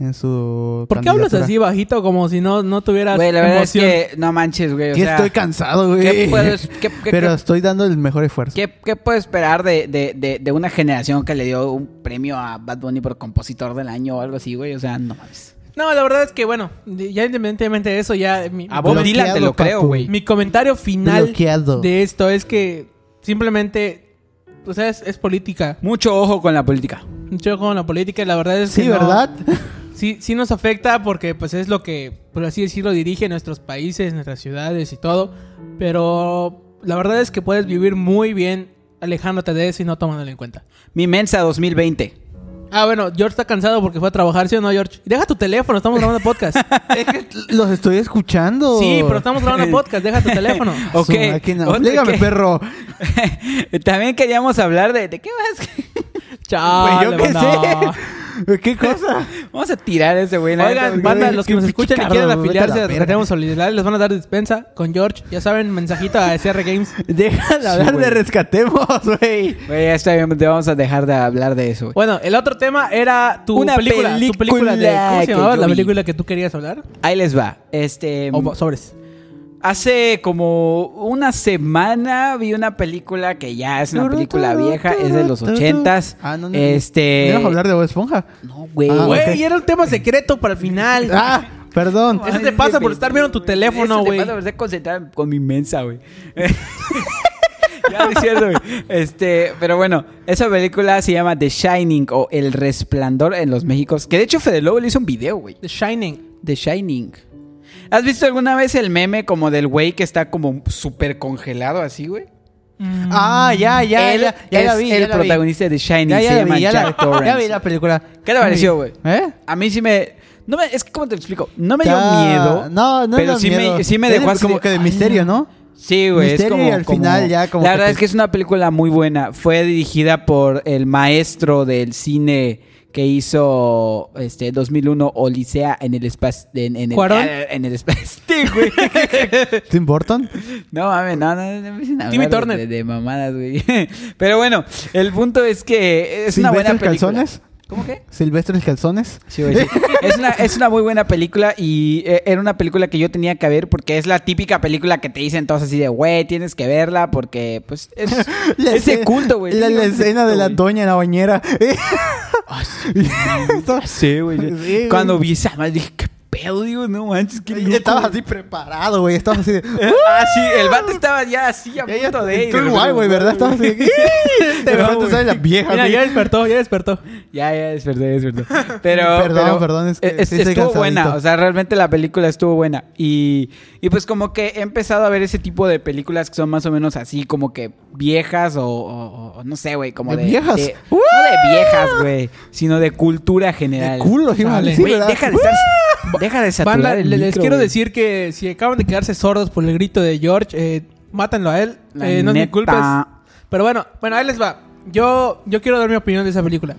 Speaker 5: en su
Speaker 4: ¿Por qué hablas
Speaker 5: candidatura.
Speaker 4: así bajito como si no, no tuvieras
Speaker 3: Güey, la verdad
Speaker 4: emoción?
Speaker 3: es que no manches, güey. O
Speaker 5: Que
Speaker 3: sea,
Speaker 5: estoy cansado, güey.
Speaker 3: ¿qué puedes- qué- qué-
Speaker 5: pero
Speaker 3: qué-
Speaker 5: estoy dando el mejor esfuerzo.
Speaker 3: ¿Qué, qué puedo esperar de, de- de- de una generación que le dio un premio a Bad Bunny por compositor del año o algo así, güey? O sea, no mames.
Speaker 4: No, la verdad es que, bueno, ya independientemente de eso, ya... Mi,
Speaker 3: A Bob
Speaker 5: Bloqueado,
Speaker 3: Dylan te lo
Speaker 5: papu.
Speaker 3: creo, güey.
Speaker 4: mi comentario final
Speaker 5: Bloqueado.
Speaker 4: de esto es que simplemente... O sea, es, es política.
Speaker 3: Mucho ojo con la política.
Speaker 4: Yo con la política, la verdad es que
Speaker 5: Sí,
Speaker 4: no-
Speaker 5: ¿verdad?
Speaker 4: Sí, sí nos afecta porque pues es lo que, por así decirlo, dirige nuestros países, nuestras ciudades y todo. Pero la verdad es que puedes vivir muy bien alejándote de eso y no tomándolo en cuenta.
Speaker 3: Mi Mensa 2020.
Speaker 4: Ah, bueno, George está cansado porque fue a trabajar, ¿sí o no, George? Deja tu teléfono, estamos grabando podcast.
Speaker 5: es que los estoy escuchando.
Speaker 4: sí, pero estamos grabando podcast, deja tu teléfono.
Speaker 5: Su
Speaker 3: Ok.
Speaker 5: máquina.
Speaker 3: ¿Dónde
Speaker 5: Oblígame,
Speaker 3: qué?
Speaker 5: perro.
Speaker 3: También queríamos hablar de... ¿De qué vas?
Speaker 4: Chao.
Speaker 5: Güey, yo qué sé. ¿Qué cosa?
Speaker 3: Vamos a tirar a ese güey. la neta,
Speaker 4: Oigan,
Speaker 3: porque-
Speaker 4: banda, los que nos escuchan y
Speaker 5: Ricardo,
Speaker 4: quieren
Speaker 5: vete a la
Speaker 4: afiliarse a
Speaker 5: verga.
Speaker 4: Rescatemos Solidaridad, les van a dar despensa con George. Ya saben, mensajito a SR Games.
Speaker 5: Deja de hablar de
Speaker 3: güey.
Speaker 5: rescatemos, güey.
Speaker 3: Güey, ya está bien, te vamos a dejar de hablar de eso, güey.
Speaker 4: Bueno, el otro tema era tu
Speaker 3: Una
Speaker 4: película, tu
Speaker 3: película
Speaker 4: película de ¿cómo se
Speaker 3: que
Speaker 4: llamaba
Speaker 3: yo
Speaker 4: la
Speaker 3: vi.
Speaker 4: película que tú querías hablar?
Speaker 3: Ahí les va. Este...
Speaker 4: O sobres.
Speaker 3: Hace como una semana vi una película que ya es una película vieja, es de los ochentas.
Speaker 5: Ah, no, no.
Speaker 3: Este.
Speaker 5: ¿No ibas a hablar de Bob Esponja?
Speaker 3: No, güey.
Speaker 5: Ah,
Speaker 4: Güey,
Speaker 5: ok.
Speaker 4: era un tema secreto para el final.
Speaker 5: Ah, perdón.
Speaker 4: Eso te pasa por estar viendo tu teléfono,
Speaker 3: Eso
Speaker 4: güey.
Speaker 3: Te pasa por estar concentrado con mi mensa, güey. ya no es cierto, güey. Este, pero bueno, esa película se llama The Shining o El Resplandor en los Méxicos. Que de hecho Fede Lobo le hizo un video, güey.
Speaker 4: The Shining.
Speaker 3: The Shining. ¿Has visto alguna vez el meme como del güey que está como súper congelado así, güey?
Speaker 5: Ah, ya, ya,
Speaker 3: él
Speaker 5: ya, ya
Speaker 3: es
Speaker 5: la vi. ya
Speaker 3: el
Speaker 5: la vi.
Speaker 3: protagonista de The Shining,
Speaker 5: Ya, ya
Speaker 3: se
Speaker 5: la
Speaker 3: llama
Speaker 5: vi, ya la-
Speaker 3: Jack Torrance.
Speaker 5: ya vi la película.
Speaker 3: ¿Qué te pareció, güey?
Speaker 5: ¿Eh?
Speaker 3: A mí sí me... No me es que, ¿cómo te lo explico? No me dio
Speaker 5: Está-
Speaker 3: miedo.
Speaker 5: No, no
Speaker 3: pero
Speaker 5: da
Speaker 3: sí,
Speaker 5: miedo.
Speaker 3: Me, sí me
Speaker 5: Es
Speaker 3: dejó así
Speaker 5: como
Speaker 3: de-
Speaker 5: que de
Speaker 3: ay,
Speaker 5: misterio, ¿no?
Speaker 3: Sí, güey. Es
Speaker 5: Misterio
Speaker 3: como,
Speaker 5: y al final ya como
Speaker 3: La
Speaker 5: que
Speaker 3: verdad
Speaker 5: te-
Speaker 3: es que es una película muy buena. Fue dirigida por el maestro del cine que hizo este 2001 Odisea en el espacio en, en el
Speaker 4: ¿Cuarón?
Speaker 3: en el espacio Sí, güey.
Speaker 5: Tim Burton.
Speaker 3: No mames, no, no, no, me empiecen a
Speaker 4: Timmy
Speaker 3: hablar
Speaker 4: Turner.
Speaker 3: De, de mamadas, güey. Pero bueno, el punto es que es una buena
Speaker 5: Silvestre
Speaker 3: película.
Speaker 5: Calzones.
Speaker 3: ¿Cómo que?
Speaker 5: Silvestres Calzones.
Speaker 3: Sí, güey, sí. es, una, es una muy buena película y eh, era una película que yo tenía que ver porque es la típica película que te dicen todos así de, güey, tienes que verla porque, pues, es,
Speaker 5: La
Speaker 3: es de
Speaker 5: escena-
Speaker 3: culto, güey.
Speaker 5: La, la
Speaker 3: Es
Speaker 5: escena de la
Speaker 3: culto,
Speaker 5: doña en la bañera.
Speaker 3: güey. Sí, güey. yo-
Speaker 5: Sí, güey.
Speaker 3: Cuando vi esa madre dije, qué pedo, digo, no manches, qué loco.
Speaker 5: Estabas así preparado, güey. Estabas así de...
Speaker 3: Ah, sí, el vato estaba ya así a
Speaker 5: Ya, ya,
Speaker 3: punto de ir.
Speaker 5: Tú igual, güey, ¿verdad? Estabas así... De repente sale la vieja.
Speaker 4: Mira,
Speaker 5: así.
Speaker 4: ya despertó, ya despertó.
Speaker 3: Ya, ya, es verdad, es verdad. Pero.
Speaker 5: Perdón,
Speaker 3: pero
Speaker 5: perdón, es que
Speaker 3: es-
Speaker 5: sí estoy
Speaker 3: estuvo
Speaker 5: cansadito.
Speaker 3: buena, o sea, realmente la película estuvo buena. Y, y pues, como que he empezado a ver ese tipo de películas que son más o menos así, como que viejas o, o- o no sé, güey, como
Speaker 5: ¿De
Speaker 3: de.
Speaker 5: viejas?
Speaker 3: de- no de viejas, güey, sino de cultura general.
Speaker 5: De culo, sí,
Speaker 4: Sale.
Speaker 5: vale.
Speaker 3: Güey, deja de estar. Deja de saturar
Speaker 4: Banda,
Speaker 3: el
Speaker 4: le- les
Speaker 3: micro,
Speaker 4: quiero
Speaker 3: güey.
Speaker 4: decir que si acaban de quedarse sordos por el grito de George, eh, mátanlo a él.
Speaker 3: La
Speaker 4: Eh, no es mi
Speaker 3: neta.
Speaker 4: culpa. es- Pero bueno, bueno, ahí les va. Yo, yo quiero dar mi opinión de esa película.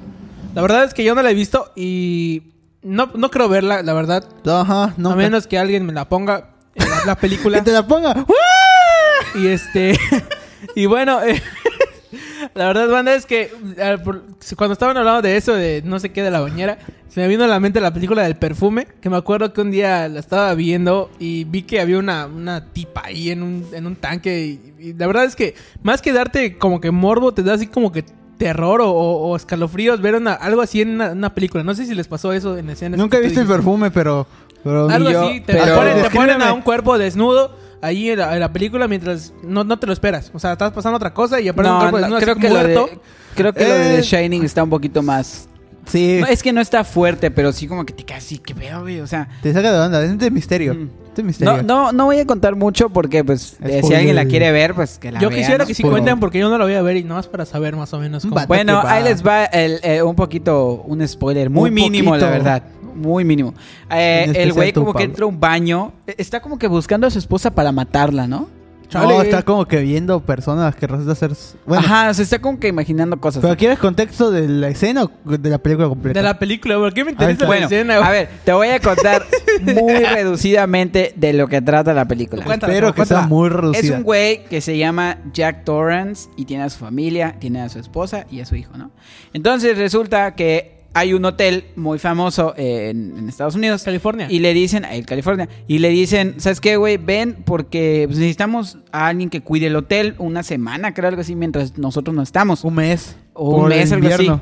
Speaker 4: La verdad es que yo no la he visto y no, no creo verla, la verdad.
Speaker 5: Ajá, no.
Speaker 4: a menos que alguien me la ponga eh, la, la
Speaker 5: Que
Speaker 4: película.
Speaker 5: te la ponga.
Speaker 4: y este. y bueno, eh, la verdad, banda, es que eh, por- cuando estaban hablando de eso, de no sé qué, de la bañera, Se me vino a la mente la película del perfume, que me acuerdo que un día la estaba viendo y vi que había una, una tipa ahí en un, en un tanque. Y, y la verdad es que más que darte como que morbo, te da así como que terror o, o- o escalofríos ver una- algo así en una, una película. No sé si les pasó eso en escenas. que
Speaker 5: Nunca he
Speaker 4: tú
Speaker 5: visto el
Speaker 4: dijiste.
Speaker 5: perfume, pero. pero
Speaker 4: Algo
Speaker 5: ni yo-
Speaker 4: así, te,
Speaker 5: pero-
Speaker 4: ponen, te ponen
Speaker 5: descríbeme.
Speaker 4: a un cuerpo desnudo ahí en la, en la película mientras no, no te lo esperas. O sea, estás pasando otra cosa y aparece un
Speaker 3: No,
Speaker 4: cuerpo
Speaker 3: no,
Speaker 4: desnudo así
Speaker 3: creo que
Speaker 4: muerto.
Speaker 3: lo de, creo que lo de
Speaker 5: Eh.
Speaker 3: The Shining está un poquito más.
Speaker 5: Sí.
Speaker 3: No, es que no está fuerte, pero sí como que te quedas así, qué pedo, güey. O sea,
Speaker 5: Te saca de onda, es de misterio.
Speaker 3: Mm.
Speaker 5: Es de misterio.
Speaker 3: no, no, no voy a contar mucho porque pues eh, si
Speaker 5: Este, Spoiler.
Speaker 3: alguien la quiere ver, pues que la
Speaker 4: Yo
Speaker 3: vea,
Speaker 4: quisiera
Speaker 3: ¿no?
Speaker 4: que sí
Speaker 5: Por-
Speaker 4: cuenten porque yo no lo voy a ver y no es para saber más o menos
Speaker 5: Un
Speaker 4: cómo.
Speaker 5: vato
Speaker 3: Bueno,
Speaker 5: Ah, que va-
Speaker 3: ahí les va el, eh, un poquito, un spoiler muy
Speaker 5: Un
Speaker 3: mínimo, la
Speaker 5: poquito.
Speaker 3: verdad. Muy mínimo. Eh,
Speaker 5: En
Speaker 3: el
Speaker 5: especial
Speaker 3: güey
Speaker 5: tú,
Speaker 3: como que
Speaker 5: Pablo.
Speaker 3: entra a un baño, eh, está como que buscando a su esposa para matarla, ¿no?
Speaker 5: No, Oh, está como que viendo personas que resulta ser. Bueno,
Speaker 3: Ajá, o sea, está como que imaginando cosas.
Speaker 5: pero ¿quieres contexto de la escena o de la película completa?
Speaker 4: De la película, ¿por qué me
Speaker 5: Ahí
Speaker 4: interesa
Speaker 5: está.
Speaker 4: la
Speaker 3: Bueno,
Speaker 4: escena?
Speaker 3: a ver, te voy a contar muy reducidamente de lo que trata la película.
Speaker 4: Cuéntala,
Speaker 5: Espero que
Speaker 4: cuéntala.
Speaker 5: sea muy reducida.
Speaker 3: Es un güey que se llama Jack Torrance y tiene a su familia, tiene a su esposa y a su hijo, ¿no? Entonces resulta que hay un hotel muy famoso en, en Estados Unidos.
Speaker 4: California.
Speaker 3: Y le dicen, en California, y le dicen, ¿sabes qué, güey? Ven porque pues, necesitamos a alguien que cuide el hotel una semana, creo, algo así, mientras nosotros no estamos.
Speaker 5: Un mes.
Speaker 3: O un
Speaker 5: Por
Speaker 3: mes,
Speaker 5: el
Speaker 3: algo así.
Speaker 5: invierno.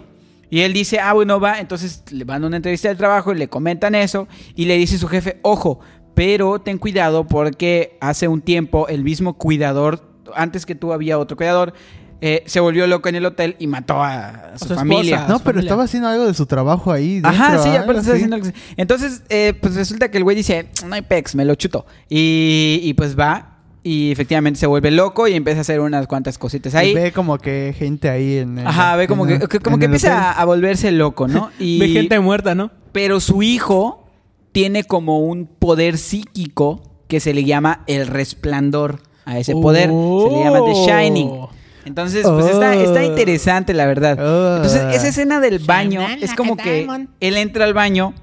Speaker 3: Y él dice, ah, bueno, va. Entonces le van a una entrevista de trabajo y le comentan eso. Y le dice su jefe, ojo, pero ten cuidado porque hace un tiempo el mismo cuidador, antes que tú había otro cuidador, eh, se volvió loco en el hotel y mató a, Ah, su,
Speaker 4: su esposa.
Speaker 3: familia.
Speaker 4: a
Speaker 5: No,
Speaker 4: su
Speaker 5: pero
Speaker 4: familia.
Speaker 5: estaba haciendo algo de su trabajo ahí.
Speaker 3: Ajá,
Speaker 5: dentro,
Speaker 3: sí,
Speaker 5: ¿ah?
Speaker 3: aparte está
Speaker 5: Sí.
Speaker 3: haciendo algo así. Entonces, eh, pues resulta que el güey dice, no hay pex, me lo chuto. Y, y pues va. Y efectivamente se vuelve loco y empieza a hacer unas cuantas cositas
Speaker 5: Y
Speaker 3: ahí.
Speaker 5: Ve como que gente ahí en. el-
Speaker 3: Ajá, ve como
Speaker 5: en
Speaker 3: que,
Speaker 5: el-
Speaker 3: que- como
Speaker 5: en
Speaker 3: que
Speaker 5: el
Speaker 3: empieza
Speaker 5: hotel.
Speaker 3: a, a volverse loco, ¿no? Y,
Speaker 4: Ve gente muerta, ¿no?
Speaker 3: Pero su hijo tiene como un poder psíquico que se le llama el resplandor a ese poder. Se le llama The Shining.
Speaker 4: Oh.
Speaker 3: Entonces, pues está, está interesante, la verdad.
Speaker 5: Oh.
Speaker 3: Entonces, esa escena del baño es como que él entra al baño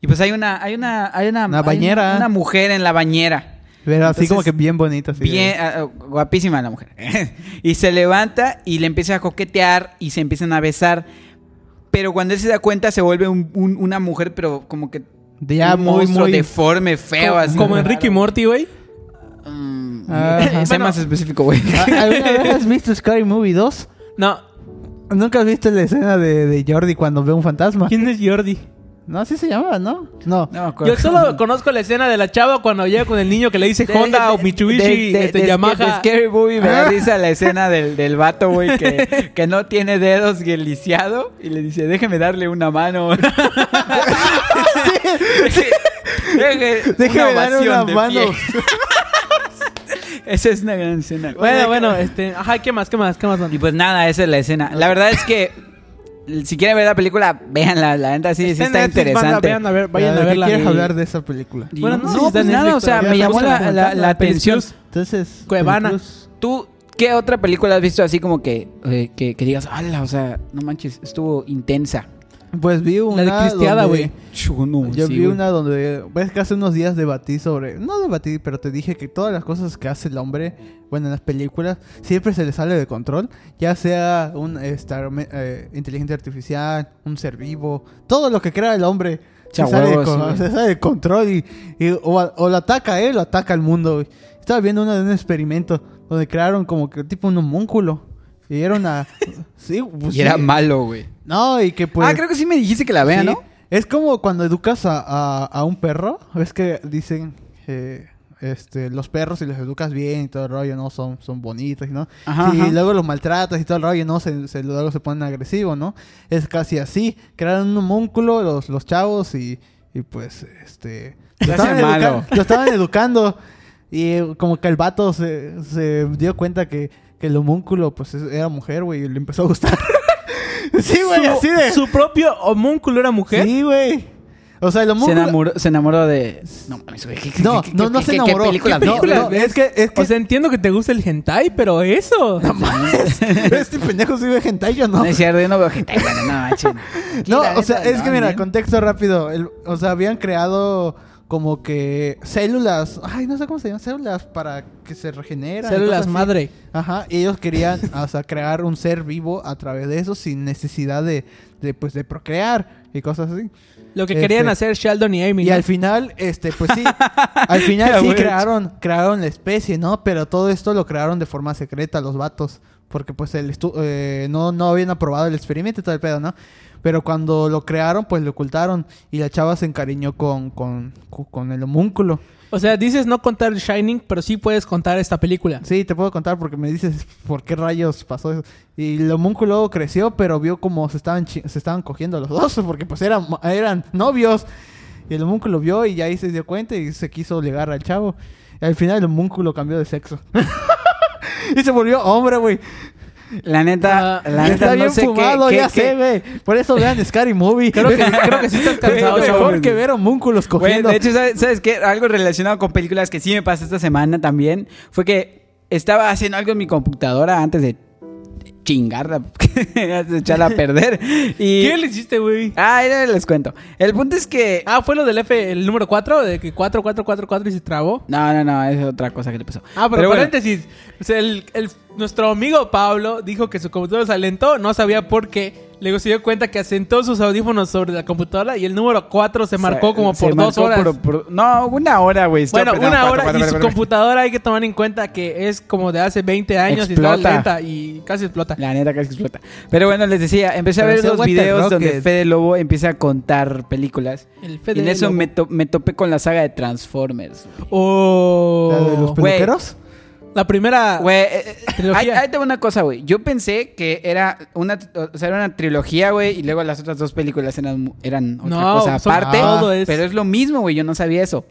Speaker 3: y pues hay una, hay una, hay una,
Speaker 5: Una
Speaker 3: hay
Speaker 5: bañera.
Speaker 3: Una, mujer en la bañera.
Speaker 5: Pero así
Speaker 3: Entonces,
Speaker 5: como que bien bonito. Así
Speaker 3: Bien, ah, ah, guapísima la mujer. y se levanta y le empieza a coquetear y se empiezan a besar. Pero cuando él se da cuenta se vuelve un- un- una mujer, pero como que
Speaker 5: De- ya
Speaker 3: un
Speaker 5: muy,
Speaker 3: monstruo
Speaker 5: muy.
Speaker 3: deforme, feo, así.
Speaker 4: Como Enrique y Morty, güey.
Speaker 3: Mm,
Speaker 5: Ajá.
Speaker 3: sé más específico, güey.
Speaker 5: ¿Ah, ¿Alguna vez has visto Scary Movie 2?
Speaker 4: No,
Speaker 5: ¿Nunca has visto la escena de, de Jordi cuando ve un fantasma?
Speaker 4: ¿quién es Jordi?
Speaker 5: No, así se llamaba, ¿no? No.
Speaker 3: No me acuerdo.
Speaker 4: Yo solo conozco la escena de la chava cuando llega con el niño que le dice
Speaker 3: De-
Speaker 4: Honda
Speaker 3: de-
Speaker 4: o Mitsubishi,
Speaker 3: de- de-
Speaker 4: este,
Speaker 3: de- de
Speaker 4: Yamaha. Ah.
Speaker 3: Scary Movie me da risa la escena del, del vato, güey, que, que no tiene dedos y el lisiado. Y le dice, déjeme darle una mano. Deje-
Speaker 5: Déjame
Speaker 3: una
Speaker 5: darle
Speaker 3: ovación
Speaker 5: una
Speaker 3: de
Speaker 5: mano.
Speaker 3: pie. Esa es una gran escena.
Speaker 4: Bueno, bueno, este, ajá, ¿qué más? ¿Qué más? ¿Qué más? man?
Speaker 3: Y pues nada, esa es la escena. La verdad es que si quieren ver la pelíula, véanla. La neta sí, sí
Speaker 4: en
Speaker 3: está
Speaker 4: Netflix, banda,
Speaker 3: interesante.
Speaker 4: Vayan a ver, vayan
Speaker 5: Ya,
Speaker 4: a
Speaker 5: ¿de qué
Speaker 4: verla.
Speaker 5: quieres
Speaker 4: Y-
Speaker 5: hablar de esa película?
Speaker 3: Y
Speaker 4: Bueno,
Speaker 3: Bueno, no,
Speaker 4: no sé si está
Speaker 3: pues
Speaker 4: en
Speaker 3: nada,
Speaker 4: Netflix
Speaker 3: o sea,
Speaker 5: todavía,
Speaker 3: me
Speaker 5: la
Speaker 3: llamó
Speaker 5: buscan
Speaker 3: la,
Speaker 5: en
Speaker 3: la-
Speaker 5: Canal
Speaker 3: la
Speaker 5: Plus.
Speaker 3: atención.
Speaker 5: Entonces.
Speaker 4: Cuevana.
Speaker 5: Veracruz.
Speaker 3: ¿Tú qué otra película has visto así como que, eh, que, que digas, ala, o sea, no manches, estuvo intensa?
Speaker 5: Pues vi una.
Speaker 4: de Cristiada,
Speaker 5: donde-
Speaker 4: güey.
Speaker 3: Uh,
Speaker 5: Yo vi una donde. Ves que hace unos días debatí sobre. No debatí, pero te dije que todas las cosas que hace el hombre, bueno, en las películas, siempre se le sale de control. Ya sea un esta, eh, inteligencia artificial, un ser vivo, todo lo que crea el hombre.
Speaker 3: Ya
Speaker 5: Se sale,
Speaker 3: huevo,
Speaker 5: de, con-
Speaker 3: sí, güey.
Speaker 5: se sale de control y, y- o, a- o lo ataca a él o ataca al mundo. güey. Estaba viendo uno de un experimento donde crearon como que tipo un homúnculo. Y era una... sí, pues
Speaker 3: y era
Speaker 5: sí.
Speaker 3: malo, güey.
Speaker 5: No, y que pues...
Speaker 3: ah, creo que sí me dijiste que la vea,
Speaker 5: Sí.
Speaker 3: ¿no?
Speaker 5: Es como cuando educas a, a- a un perro. Ves que dicen eh, este, los perros, si los educas bien y todo el rollo, ¿no? Son, son bonitos, ¿no?
Speaker 3: Ajá,
Speaker 5: si
Speaker 3: ajá.
Speaker 5: luego los maltratas y todo el rollo, ¿no? Se, se- luego se ponen agresivos, ¿no? Es casi así. Crearon un homúnculo los, los chavos y, y pues, este...
Speaker 3: Se
Speaker 5: Lo
Speaker 3: hace
Speaker 5: estaban, educa-
Speaker 3: malo.
Speaker 5: lo estaban educando y eh, como que el vato se, se dio cuenta que, que el homúnculo pues es- era mujer, güey, y le empezó a gustar. sí, güey,
Speaker 4: Su-
Speaker 5: así de...
Speaker 4: Su propio homúnculo era mujer.
Speaker 5: Sí, güey. O sea, el
Speaker 3: Se
Speaker 5: homúnculo...
Speaker 3: enamoró, se enamoró de... No, mames, güey. ¿qué- qué-
Speaker 5: No,
Speaker 3: qué-
Speaker 5: no,
Speaker 3: qué-
Speaker 5: no se
Speaker 3: qué- qué
Speaker 5: enamoró.
Speaker 3: película
Speaker 5: ¿Qué
Speaker 3: vi?
Speaker 5: película?
Speaker 4: No,
Speaker 5: es que... Es que
Speaker 4: O sea, entiendo que te gusta el hentai, pero eso.
Speaker 5: este pendejo sí ve hentai, yo no.
Speaker 3: No es cierto, yo no veo gente. Bueno, no, manches.
Speaker 5: No,
Speaker 3: la
Speaker 5: o sea,
Speaker 3: neta,
Speaker 5: es
Speaker 3: no,
Speaker 5: que mira,
Speaker 3: ni-
Speaker 5: contexto rápido. el- o sea, habían creado como que células, ay, no sé cómo se llaman, células para que se regeneran. y
Speaker 4: Células
Speaker 5: cosas así.
Speaker 4: madre.
Speaker 5: Ajá, y ellos querían, o sea, crear un ser vivo a través de eso sin necesidad de, de, pues, de procrear y cosas así.
Speaker 4: Lo que
Speaker 5: Este,
Speaker 4: querían hacer Sheldon y Amy.
Speaker 5: Y
Speaker 4: ¿no?
Speaker 5: al final, este, pues sí, al final sí
Speaker 3: Abuelo.
Speaker 5: crearon, crearon la especie, ¿no? Pero todo esto lo crearon de forma secreta los vatos, porque pues el estu- eh, no, no habían aprobado el experimento y todo el pedo, ¿no? Pero cuando lo crearon, pues lo ocultaron y la chava se encariñó con, con, con el homúnculo.
Speaker 4: O sea, dices no contar Shining, pero sí puedes contar esta película.
Speaker 5: Sí, te puedo contar porque me dices por qué rayos pasó eso. Y el homúnculo creció, pero vio como se estaban, chi- se estaban cogiendo los dos, porque pues eran, eran novios. Y el homúnculo vio y ahí se dio cuenta y se quiso ligar al chavo. Y al final el homúnculo cambió de sexo. y se volvió hombre, güey.
Speaker 3: La neta,
Speaker 4: Ah,
Speaker 3: la neta,
Speaker 5: Está
Speaker 3: no
Speaker 5: bien
Speaker 3: sé qué-
Speaker 5: fumado,
Speaker 3: qué-
Speaker 5: ya
Speaker 3: qué-
Speaker 5: sé, güey. Por eso vean Scary Movie.
Speaker 4: Creo que, creo que sí estás cansado,
Speaker 5: es
Speaker 4: chavo.
Speaker 5: mejor que ver homúnculos
Speaker 3: Güey,
Speaker 5: cogiendo.
Speaker 3: de hecho, ¿sabes, sabes qué? Algo relacionado con películas que sí me pasó esta semana también fue que estaba haciendo algo en mi computadora antes de chingarla, antes de echarla a perder. Y...
Speaker 4: ¿Qué le hiciste, güey?
Speaker 3: Ah, ya les cuento. El punto es que...
Speaker 4: Ah, fue lo del F, el número 4, de que 4444 y se trabó.
Speaker 3: No, no, no, es otra cosa que le pasó.
Speaker 4: Ah, pero,
Speaker 3: bueno.
Speaker 4: paréntesis. o sea, el- el- nuestro amigo Pablo dijo que su computadora se alentó, no sabía por qué. Luego se dio cuenta que asentó sus audífonos sobre la computadora y el número 4 se marcó como
Speaker 3: se
Speaker 4: por dos
Speaker 3: marcó
Speaker 4: horas.
Speaker 3: por- por- no, una hora, güey. Estoy
Speaker 4: Bueno,
Speaker 3: apretando
Speaker 4: una
Speaker 3: cuatro,
Speaker 4: hora
Speaker 3: cuatro,
Speaker 4: y
Speaker 3: cuatro,
Speaker 4: su
Speaker 3: cuatro.
Speaker 4: computadora hay que tomar en cuenta que es como de hace 20 años y está
Speaker 3: Explota.
Speaker 4: lenta y casi explota.
Speaker 3: La neta casi explota. Pero bueno, les decía, empecé a
Speaker 5: Pero
Speaker 3: ver
Speaker 5: ese
Speaker 3: los
Speaker 5: What the
Speaker 3: videos donde
Speaker 5: Rocket.
Speaker 3: Fede Lobo empieza a contar películas.
Speaker 4: El
Speaker 3: Y
Speaker 4: Fede
Speaker 3: en eso
Speaker 4: Lobo.
Speaker 3: me, to- me topé con la saga de Transformers. güey.
Speaker 4: Oh,
Speaker 5: ¿La de los
Speaker 3: güey.
Speaker 5: peluqueros?
Speaker 4: La primera.
Speaker 3: Güey, eh, eh,
Speaker 4: Trilogía.
Speaker 3: ahí, ahí te va una cosa, güey. Yo pensé que era una, o sea, era una trilogía, güey, y luego las otras dos películas eran, eran otra
Speaker 4: No,
Speaker 3: cosa
Speaker 4: son-
Speaker 3: aparte.
Speaker 4: todo es-
Speaker 3: Pero es lo mismo, güey. Yo no sabía eso.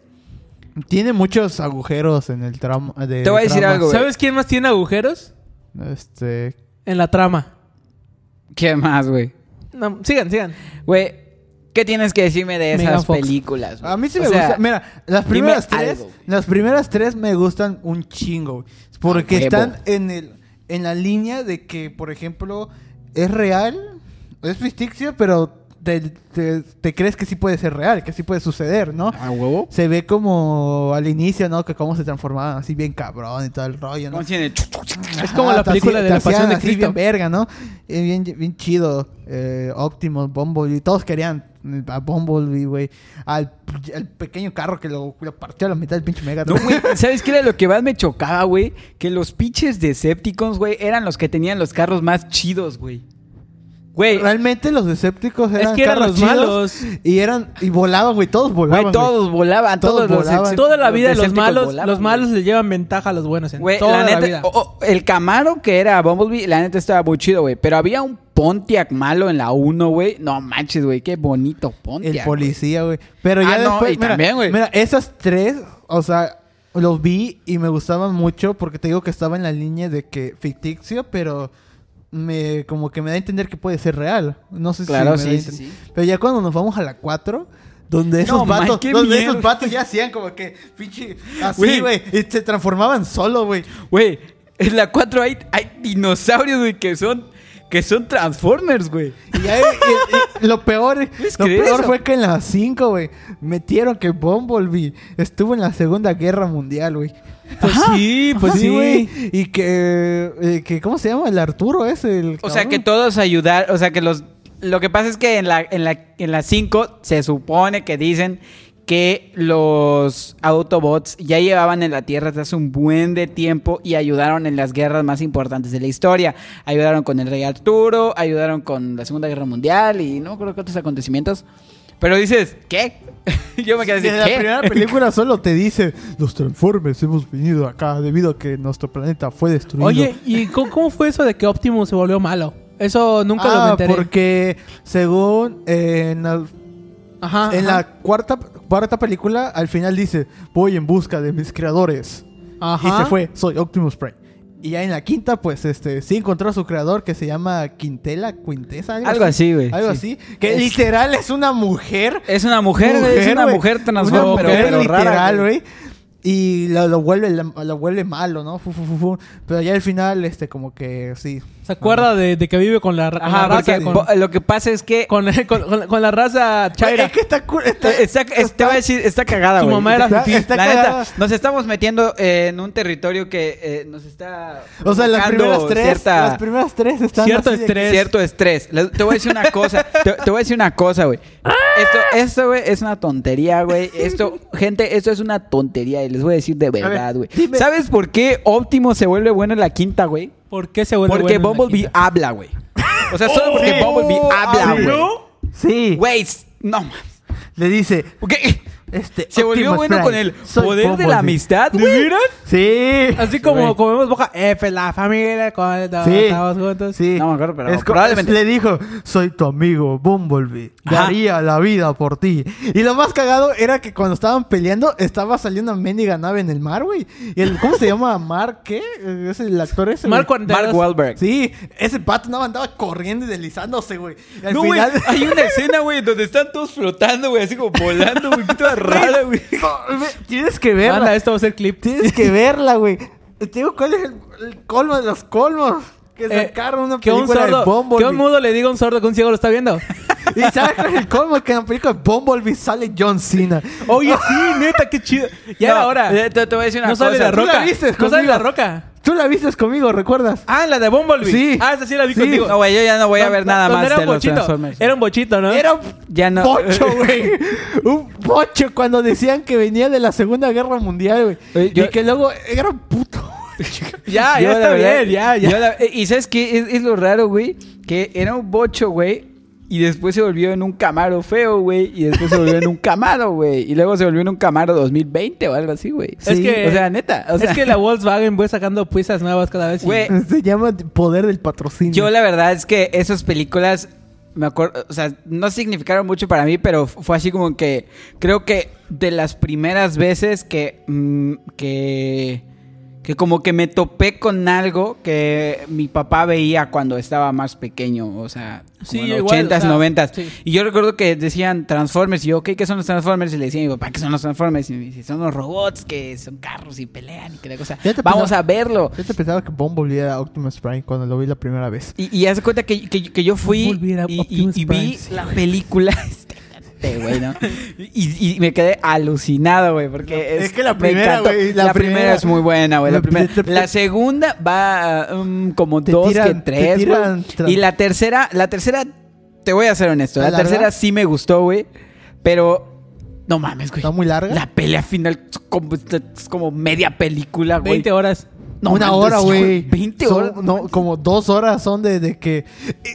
Speaker 5: Tiene muchos agujeros en el tramo. de
Speaker 3: Te voy a decir
Speaker 5: tramas.
Speaker 3: algo, güey.
Speaker 4: ¿Sabes quién más tiene agujeros?
Speaker 5: Este,
Speaker 4: En la trama.
Speaker 3: ¿Qué más, güey?
Speaker 4: No, sigan, sigan.
Speaker 3: Güey, ¿qué tienes que decirme de
Speaker 4: Megan
Speaker 3: esas
Speaker 4: Fox.
Speaker 3: películas? güey?
Speaker 5: A mí sí
Speaker 3: O
Speaker 5: me
Speaker 3: sea,
Speaker 5: gusta. Mira, las
Speaker 3: dime
Speaker 5: primeras tres,
Speaker 3: algo.
Speaker 5: las primeras tres me gustan un chingo, güey. porque
Speaker 3: A Ah, huevo.
Speaker 5: están en el en la línea de que, por ejemplo, es real, es ficticio, pero te, te- te crees que sí puede ser real, que sí puede suceder, ¿no?
Speaker 3: ¿A huevo?
Speaker 5: Se ve como al inicio, ¿no? Que cómo se transformaban así bien cabrón y todo el rollo, ¿no?
Speaker 3: ¿Cómo tiene?
Speaker 4: Es como la
Speaker 5: te
Speaker 4: película
Speaker 5: hacía-
Speaker 4: de la
Speaker 5: te
Speaker 4: Pasión
Speaker 5: hacían
Speaker 4: de
Speaker 5: así
Speaker 4: Cristo.
Speaker 5: bien verga, ¿no? Eh, bien, bien chido. Eh, Optimus, Bumblebee. Todos querían eh, a Bumblebee, güey. Al, al pequeño carro que lo, lo partió a la mitad del pinche mega.
Speaker 3: No, güey, ¿sabes qué era lo que más me chocaba, güey? Que los pinches Decepticons, güey, eran los que tenían los carros más chidos, güey. Güey,
Speaker 5: Realmente los Decepticons eran,
Speaker 4: que eran
Speaker 5: carros
Speaker 4: los
Speaker 5: chidos
Speaker 4: malos.
Speaker 5: Y eran... Y volaban, güey. Todos volaban,
Speaker 3: güey,
Speaker 5: güey.
Speaker 3: todos volaban, todos,
Speaker 5: Todos
Speaker 3: los
Speaker 5: volaban.
Speaker 3: Decepticons-
Speaker 4: Toda la vida los
Speaker 3: Decepticons
Speaker 4: malos,
Speaker 3: volaban,
Speaker 4: los
Speaker 3: güey.
Speaker 4: malos le llevan ventaja a los buenos. En
Speaker 3: Güey,
Speaker 4: toda
Speaker 3: la
Speaker 4: la,
Speaker 3: neta,
Speaker 4: vida.
Speaker 3: o- o, el Camaro que era Bumblebee, la neta estaba muy chido, güey. Pero había un Pontiac malo en la 1, güey. No manches, güey, qué bonito Pontiac.
Speaker 5: El policía, güey. Pero ya
Speaker 3: Ah, no,
Speaker 5: después,
Speaker 3: y
Speaker 5: mira,
Speaker 3: también, güey.
Speaker 5: mira, esas tres, o sea, los vi y me gustaban mucho porque te digo que estaba en la línea de que ficticio, pero me como que me da a entender que puede ser real. No sé
Speaker 3: Claro,
Speaker 5: si me da a
Speaker 3: sí, sí,
Speaker 5: entender. Pero ya cuando nos vamos a la 4 donde esos
Speaker 3: No, man,
Speaker 5: vatos,
Speaker 3: qué
Speaker 5: donde
Speaker 3: mierda.
Speaker 5: esos vatos ya hacían como que pinche
Speaker 3: Güey.
Speaker 5: así, güey, y se transformaban solo, güey.
Speaker 3: Güey, en la 4 hay, hay dinosaurios, güey, que son, que son Transformers, güey.
Speaker 5: Y, ya- y- y- y lo peor,
Speaker 3: ¿Puedes
Speaker 5: lo
Speaker 3: creer
Speaker 5: peor
Speaker 3: eso?
Speaker 5: fue que en las 5, güey, metieron que Bumblebee estuvo en la Segunda Guerra Mundial, güey.
Speaker 4: Pues sí, pues
Speaker 5: Ajá,
Speaker 4: sí,
Speaker 5: güey. Y que, eh, que, ¿cómo se llama? El Arturo ese. El
Speaker 3: O sea,
Speaker 5: cabrón.
Speaker 3: que todos ayudar, o sea, que los... Lo que pasa es que en la en la, en la 5 se supone que dicen que los Autobots ya llevaban en la Tierra desde hace un buen de tiempo y ayudaron en las guerras más importantes de la historia. Ayudaron con el rey Arturo, ayudaron con la Segunda Guerra Mundial y no creo que otros acontecimientos. Pero dices, ¿qué? Yo me quedé así,
Speaker 5: Desde la
Speaker 3: ¿qué?
Speaker 5: primera película solo te dice, los transformes hemos venido acá debido a que nuestro planeta fue destruido.
Speaker 4: Oye, ¿y cómo, cómo fue eso de que Optimus se volvió malo? Eso nunca lo me
Speaker 5: ah,
Speaker 4: enteré.
Speaker 5: porque según eh, en, la,
Speaker 4: Ajá,
Speaker 5: en
Speaker 4: ajá.
Speaker 5: la cuarta, cuarta película, al final dice, voy en busca de mis creadores.
Speaker 4: Ajá.
Speaker 5: Y se fue, soy Optimus Prime. Y ya en la quinta, pues, este, sí encontró a su creador que se llama Quintela, Quintesa, algo,
Speaker 3: Algo así, güey,
Speaker 5: Algo
Speaker 3: sí.
Speaker 5: así. Que
Speaker 3: Es-
Speaker 5: literal es una mujer
Speaker 3: Es una mujer, güey, es una
Speaker 5: güey.
Speaker 3: mujer
Speaker 5: Una
Speaker 3: transformada, pero,
Speaker 5: mujer
Speaker 3: pero rara,
Speaker 5: literal,
Speaker 3: güey.
Speaker 5: güey. Y lo, lo vuelve, lo vuelve malo, ¿no? Fu, fu, fu, fu. Pero ya al final, este, como que sí.
Speaker 4: ¿Se acuerda de, de que vive con la, ra- con la
Speaker 5: Ah,
Speaker 3: Ajá, porque
Speaker 4: raza? Con,
Speaker 3: po- lo que pasa es que...
Speaker 4: con, con- con- con la raza
Speaker 5: eh, Güey,
Speaker 4: chaira.
Speaker 5: Es que está, cu- está-
Speaker 3: Está, está- te voy a decir, está cagada,
Speaker 4: Su
Speaker 3: güey.
Speaker 4: mamá era
Speaker 3: Está-
Speaker 4: fifí.
Speaker 5: Está
Speaker 3: la
Speaker 5: cagada.
Speaker 3: neta, nos estamos metiendo eh, en un territorio que eh, nos está
Speaker 5: O sea, las
Speaker 3: provocando
Speaker 5: primeras tres.
Speaker 3: cierta-
Speaker 5: Las primeras tres están.
Speaker 4: Cierto
Speaker 5: así de-
Speaker 4: estrés.
Speaker 3: cierto estrés. Le- Te voy a decir una cosa, te, te voy a decir una cosa, güey. Esto, esto, güey, es una tontería, güey. Esto, gente, esto es una tontería y les voy a decir de verdad, güey.
Speaker 5: dime.
Speaker 3: ¿Sabes por qué Optimo se vuelve bueno en la quinta, güey?
Speaker 4: ¿Por qué se vuelve
Speaker 3: Porque
Speaker 4: bueno en la
Speaker 3: Bumblebee
Speaker 4: quinta? ¿Ah,
Speaker 3: habla, güey. O sea, solo porque
Speaker 5: sí.
Speaker 3: Bumblebee
Speaker 5: Oh,
Speaker 3: habla,
Speaker 5: ¿sí?
Speaker 3: güey.
Speaker 5: Sí.
Speaker 3: Güey, s- no mames.
Speaker 5: Le dice.
Speaker 3: ¿Qué?
Speaker 5: Este,
Speaker 3: Se volvió
Speaker 5: Optimus
Speaker 3: bueno
Speaker 5: Prime,
Speaker 3: con el
Speaker 5: soy
Speaker 3: poder de
Speaker 5: Bumblebee.
Speaker 3: la amistad, güey.
Speaker 5: Sí.
Speaker 4: Así como
Speaker 3: güey.
Speaker 4: comemos boca, F, la familia, cuando
Speaker 5: Sí.
Speaker 4: estamos juntos.
Speaker 5: Sí.
Speaker 3: No me acuerdo, pero
Speaker 5: co-
Speaker 3: probablemente.
Speaker 5: Le dijo, soy tu amigo, Bumblebee.
Speaker 3: Ajá.
Speaker 5: Daría la vida por ti. Y lo más cagado era que cuando estaban peleando, estaba saliendo una mendiga nave en el mar, güey. Y el- ¿Cómo se llama? ¿Mar qué? ¿Es el actor ese? güey?
Speaker 4: Mark 42.
Speaker 3: Mark Wahlberg.
Speaker 5: Sí, ese pato nada más andaba corriendo y deslizándose, güey. Y al
Speaker 3: No, güey,
Speaker 5: final...
Speaker 3: hay una escena, güey, donde están todos flotando, güey, así como volando, güey, qué toda rara, güey.
Speaker 5: Tienes que verla.
Speaker 4: Manda, esto va a ser clip.
Speaker 5: Tienes que verla, güey. Te digo, ¿cuál es el, el colmo de los colmos? Que
Speaker 4: Eh,
Speaker 5: sacaron una
Speaker 4: que un
Speaker 5: película
Speaker 4: sordo,
Speaker 5: de Bumblebee.
Speaker 4: que un mudo le diga a un sordo que un ciego lo está viendo.
Speaker 5: ¿Y sabes cuál es el colmo? Que en la película de Bumblebee sale John Cena.
Speaker 4: Oye, sí, neta, qué chido. Ya
Speaker 3: No,
Speaker 4: era hora.
Speaker 3: eh, Te, te voy a decir una
Speaker 4: No
Speaker 3: cosa.
Speaker 4: sale la
Speaker 5: ¿Tú la
Speaker 4: roca.
Speaker 5: viste
Speaker 4: no sale
Speaker 5: conmigo?
Speaker 4: la roca.
Speaker 5: Tú la viste conmigo, ¿recuerdas?
Speaker 4: Ah, la de Bumblebee.
Speaker 5: Sí.
Speaker 4: Ah, esa sí la vi
Speaker 5: Sí.
Speaker 4: contigo.
Speaker 3: No, güey, yo ya no voy a
Speaker 4: Don-
Speaker 3: ver nada
Speaker 4: don-
Speaker 3: más
Speaker 4: era
Speaker 3: de
Speaker 4: un
Speaker 3: los
Speaker 4: bochito.
Speaker 3: Transformers.
Speaker 4: Era un bochito, ¿no?
Speaker 5: Era un
Speaker 3: Ya no.
Speaker 5: pocho, güey. un pocho cuando decían que venía de la Segunda Guerra Mundial, güey.
Speaker 3: Oye, yo-
Speaker 5: Y que luego era un puto.
Speaker 4: Ya,
Speaker 3: Yo,
Speaker 4: ya
Speaker 3: la
Speaker 4: está
Speaker 3: verdad,
Speaker 4: bien, ya,
Speaker 3: yo
Speaker 4: ya.
Speaker 3: la- eh, y sabes qué es, es lo raro, güey, que era un bocho, güey, y después se volvió en un Camaro feo, güey, y después se volvió en un Camaro, güey, y luego se volvió en un Camaro 2020 o algo así, güey.
Speaker 4: Es que-
Speaker 3: o sea, neta, o sea,
Speaker 4: es que la Volkswagen fue sacando piezas nuevas cada vez. y-
Speaker 3: Güey,
Speaker 5: Se llama poder del patrocinio.
Speaker 3: Eh, Yo la verdad es que esas películas me acuerdo, o sea, no significaron mucho para mí, pero f- fue así como que creo que de las primeras veces que mm, que que como que me topé con algo que mi papá veía cuando estaba más pequeño, o sea,
Speaker 4: Sí,
Speaker 3: como en
Speaker 4: igual,
Speaker 3: 80s,
Speaker 4: o sea,
Speaker 3: 90s.
Speaker 4: sí.
Speaker 3: Y yo recuerdo que decían Transformers y yo, ¿qué, ¿qué son los Transformers? Y le decía a mi papá, ¿qué son los Transformers? Y me dice, son los robots que son carros y pelean y que la cosa.
Speaker 5: Ya
Speaker 4: pues,
Speaker 5: te
Speaker 3: Vamos
Speaker 5: pensaba-
Speaker 3: a verlo.
Speaker 5: Yo te pensaba que Bumblebee era Optimus Prime cuando lo vi la primera vez.
Speaker 3: Y, y haz de cuenta que, que, que yo fui
Speaker 4: Volver a
Speaker 3: y, y-
Speaker 4: Optimus
Speaker 3: y
Speaker 4: Prime,
Speaker 3: vi
Speaker 4: sí,
Speaker 3: la película. Este güey, ¿no? Y, y me quedé alucinado, güey, porque
Speaker 5: Es que la primera,
Speaker 3: me encantó.
Speaker 5: güey,
Speaker 3: la,
Speaker 5: la
Speaker 3: primera,
Speaker 5: primera-
Speaker 3: es muy buena, güey, la
Speaker 5: Te-
Speaker 3: primera.
Speaker 5: te- te-
Speaker 3: la segunda va um, como
Speaker 5: Te
Speaker 3: dos que
Speaker 5: tiran- te
Speaker 3: tres, güey.
Speaker 5: tiran tras-
Speaker 3: y la tercera, la tercera, te voy a ser honesto, la,
Speaker 5: ¿Está larga?
Speaker 3: tercera sí me gustó, güey, pero no mames, güey.
Speaker 5: ¿Está muy larga?
Speaker 3: La pelea final es como, es como media película, güey.
Speaker 4: 20 horas.
Speaker 3: No
Speaker 5: una
Speaker 3: mames,
Speaker 5: hora,
Speaker 3: sí,
Speaker 5: güey.
Speaker 3: 20
Speaker 5: Son-
Speaker 3: horas.
Speaker 5: No, como dos horas son de, de que. Y-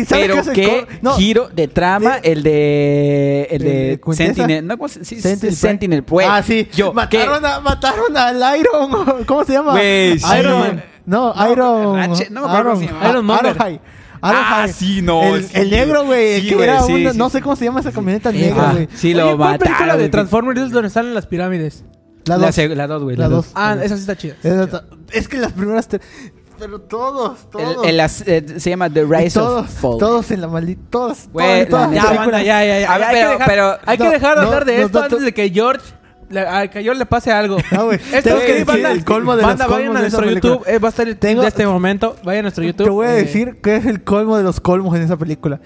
Speaker 5: y ¿sabes
Speaker 3: Pero
Speaker 5: es el
Speaker 3: qué
Speaker 5: cor- no,
Speaker 3: giro de trama el de el
Speaker 5: ¿El de
Speaker 3: de
Speaker 5: Quintessa?
Speaker 3: Sentinel, no, ¿cómo se- sí,
Speaker 5: Sentinel.
Speaker 3: Sentinel,
Speaker 5: Sentinel
Speaker 3: güey.
Speaker 5: Ah, sí.
Speaker 3: Yo
Speaker 5: mataron,
Speaker 3: ¿qué?
Speaker 5: a, mataron al Iron. ¿Cómo se llama?
Speaker 3: Güey, sí.
Speaker 5: Iron Man. No,
Speaker 3: No,
Speaker 5: Iron.
Speaker 3: Ratchet, no me acuerdo cómo se llamaba.
Speaker 5: Iron Man.
Speaker 4: Iron
Speaker 5: Iron
Speaker 4: Man.
Speaker 5: High.
Speaker 3: Ah,
Speaker 5: High.
Speaker 3: sí, no,
Speaker 5: El,
Speaker 3: sí,
Speaker 5: el negro, güey. el
Speaker 3: sí,
Speaker 5: que
Speaker 3: güey,
Speaker 5: era
Speaker 3: sí,
Speaker 5: un-
Speaker 3: sí.
Speaker 5: No sé cómo se llama esa camioneta negra,
Speaker 3: Ah,
Speaker 5: güey.
Speaker 3: sí lo
Speaker 4: Oye, ¿cuál película
Speaker 3: mataron.
Speaker 4: de Transformers es donde salen las pirámides?
Speaker 5: La
Speaker 3: La
Speaker 5: dos.
Speaker 3: seg- la dos, güey,
Speaker 5: La
Speaker 3: la
Speaker 5: dos.
Speaker 3: dos.
Speaker 4: Ah, esa sí está chida.
Speaker 5: Esa ta- Es que las primeras tres. Pero todos,
Speaker 3: El-
Speaker 5: todos.
Speaker 3: el as- eh, se llama The
Speaker 5: Y
Speaker 3: Rise
Speaker 5: todos,
Speaker 3: of Fall.
Speaker 5: todos en la maldita. Todos.
Speaker 3: Güey, la
Speaker 5: todas- todas las
Speaker 3: neta.
Speaker 4: Ya,
Speaker 5: películas.
Speaker 4: banda, ya, ya, ya.
Speaker 3: A ver,
Speaker 4: hay
Speaker 3: pero-
Speaker 4: que dejar,
Speaker 3: pero-
Speaker 4: hay que
Speaker 5: No,
Speaker 4: dejar de
Speaker 5: no,
Speaker 4: hablar de
Speaker 5: no,
Speaker 4: esto
Speaker 5: no,
Speaker 4: antes de que George... le- a que a George le pase algo.
Speaker 5: No, güey,
Speaker 4: Esto
Speaker 5: tengo
Speaker 4: es
Speaker 5: que
Speaker 4: que
Speaker 5: decir
Speaker 4: banda,
Speaker 5: el colmo de
Speaker 4: banda,
Speaker 5: los
Speaker 4: vayan
Speaker 5: colmos
Speaker 4: a
Speaker 5: de
Speaker 4: nuestro
Speaker 5: esa
Speaker 4: YouTube.
Speaker 5: película.
Speaker 4: eh, va a estar el
Speaker 5: Tengo-
Speaker 4: de este momento. Vayan a nuestro YouTube.
Speaker 5: Te voy a
Speaker 4: eh,
Speaker 5: decir que es el colmo de los colmos en esa película.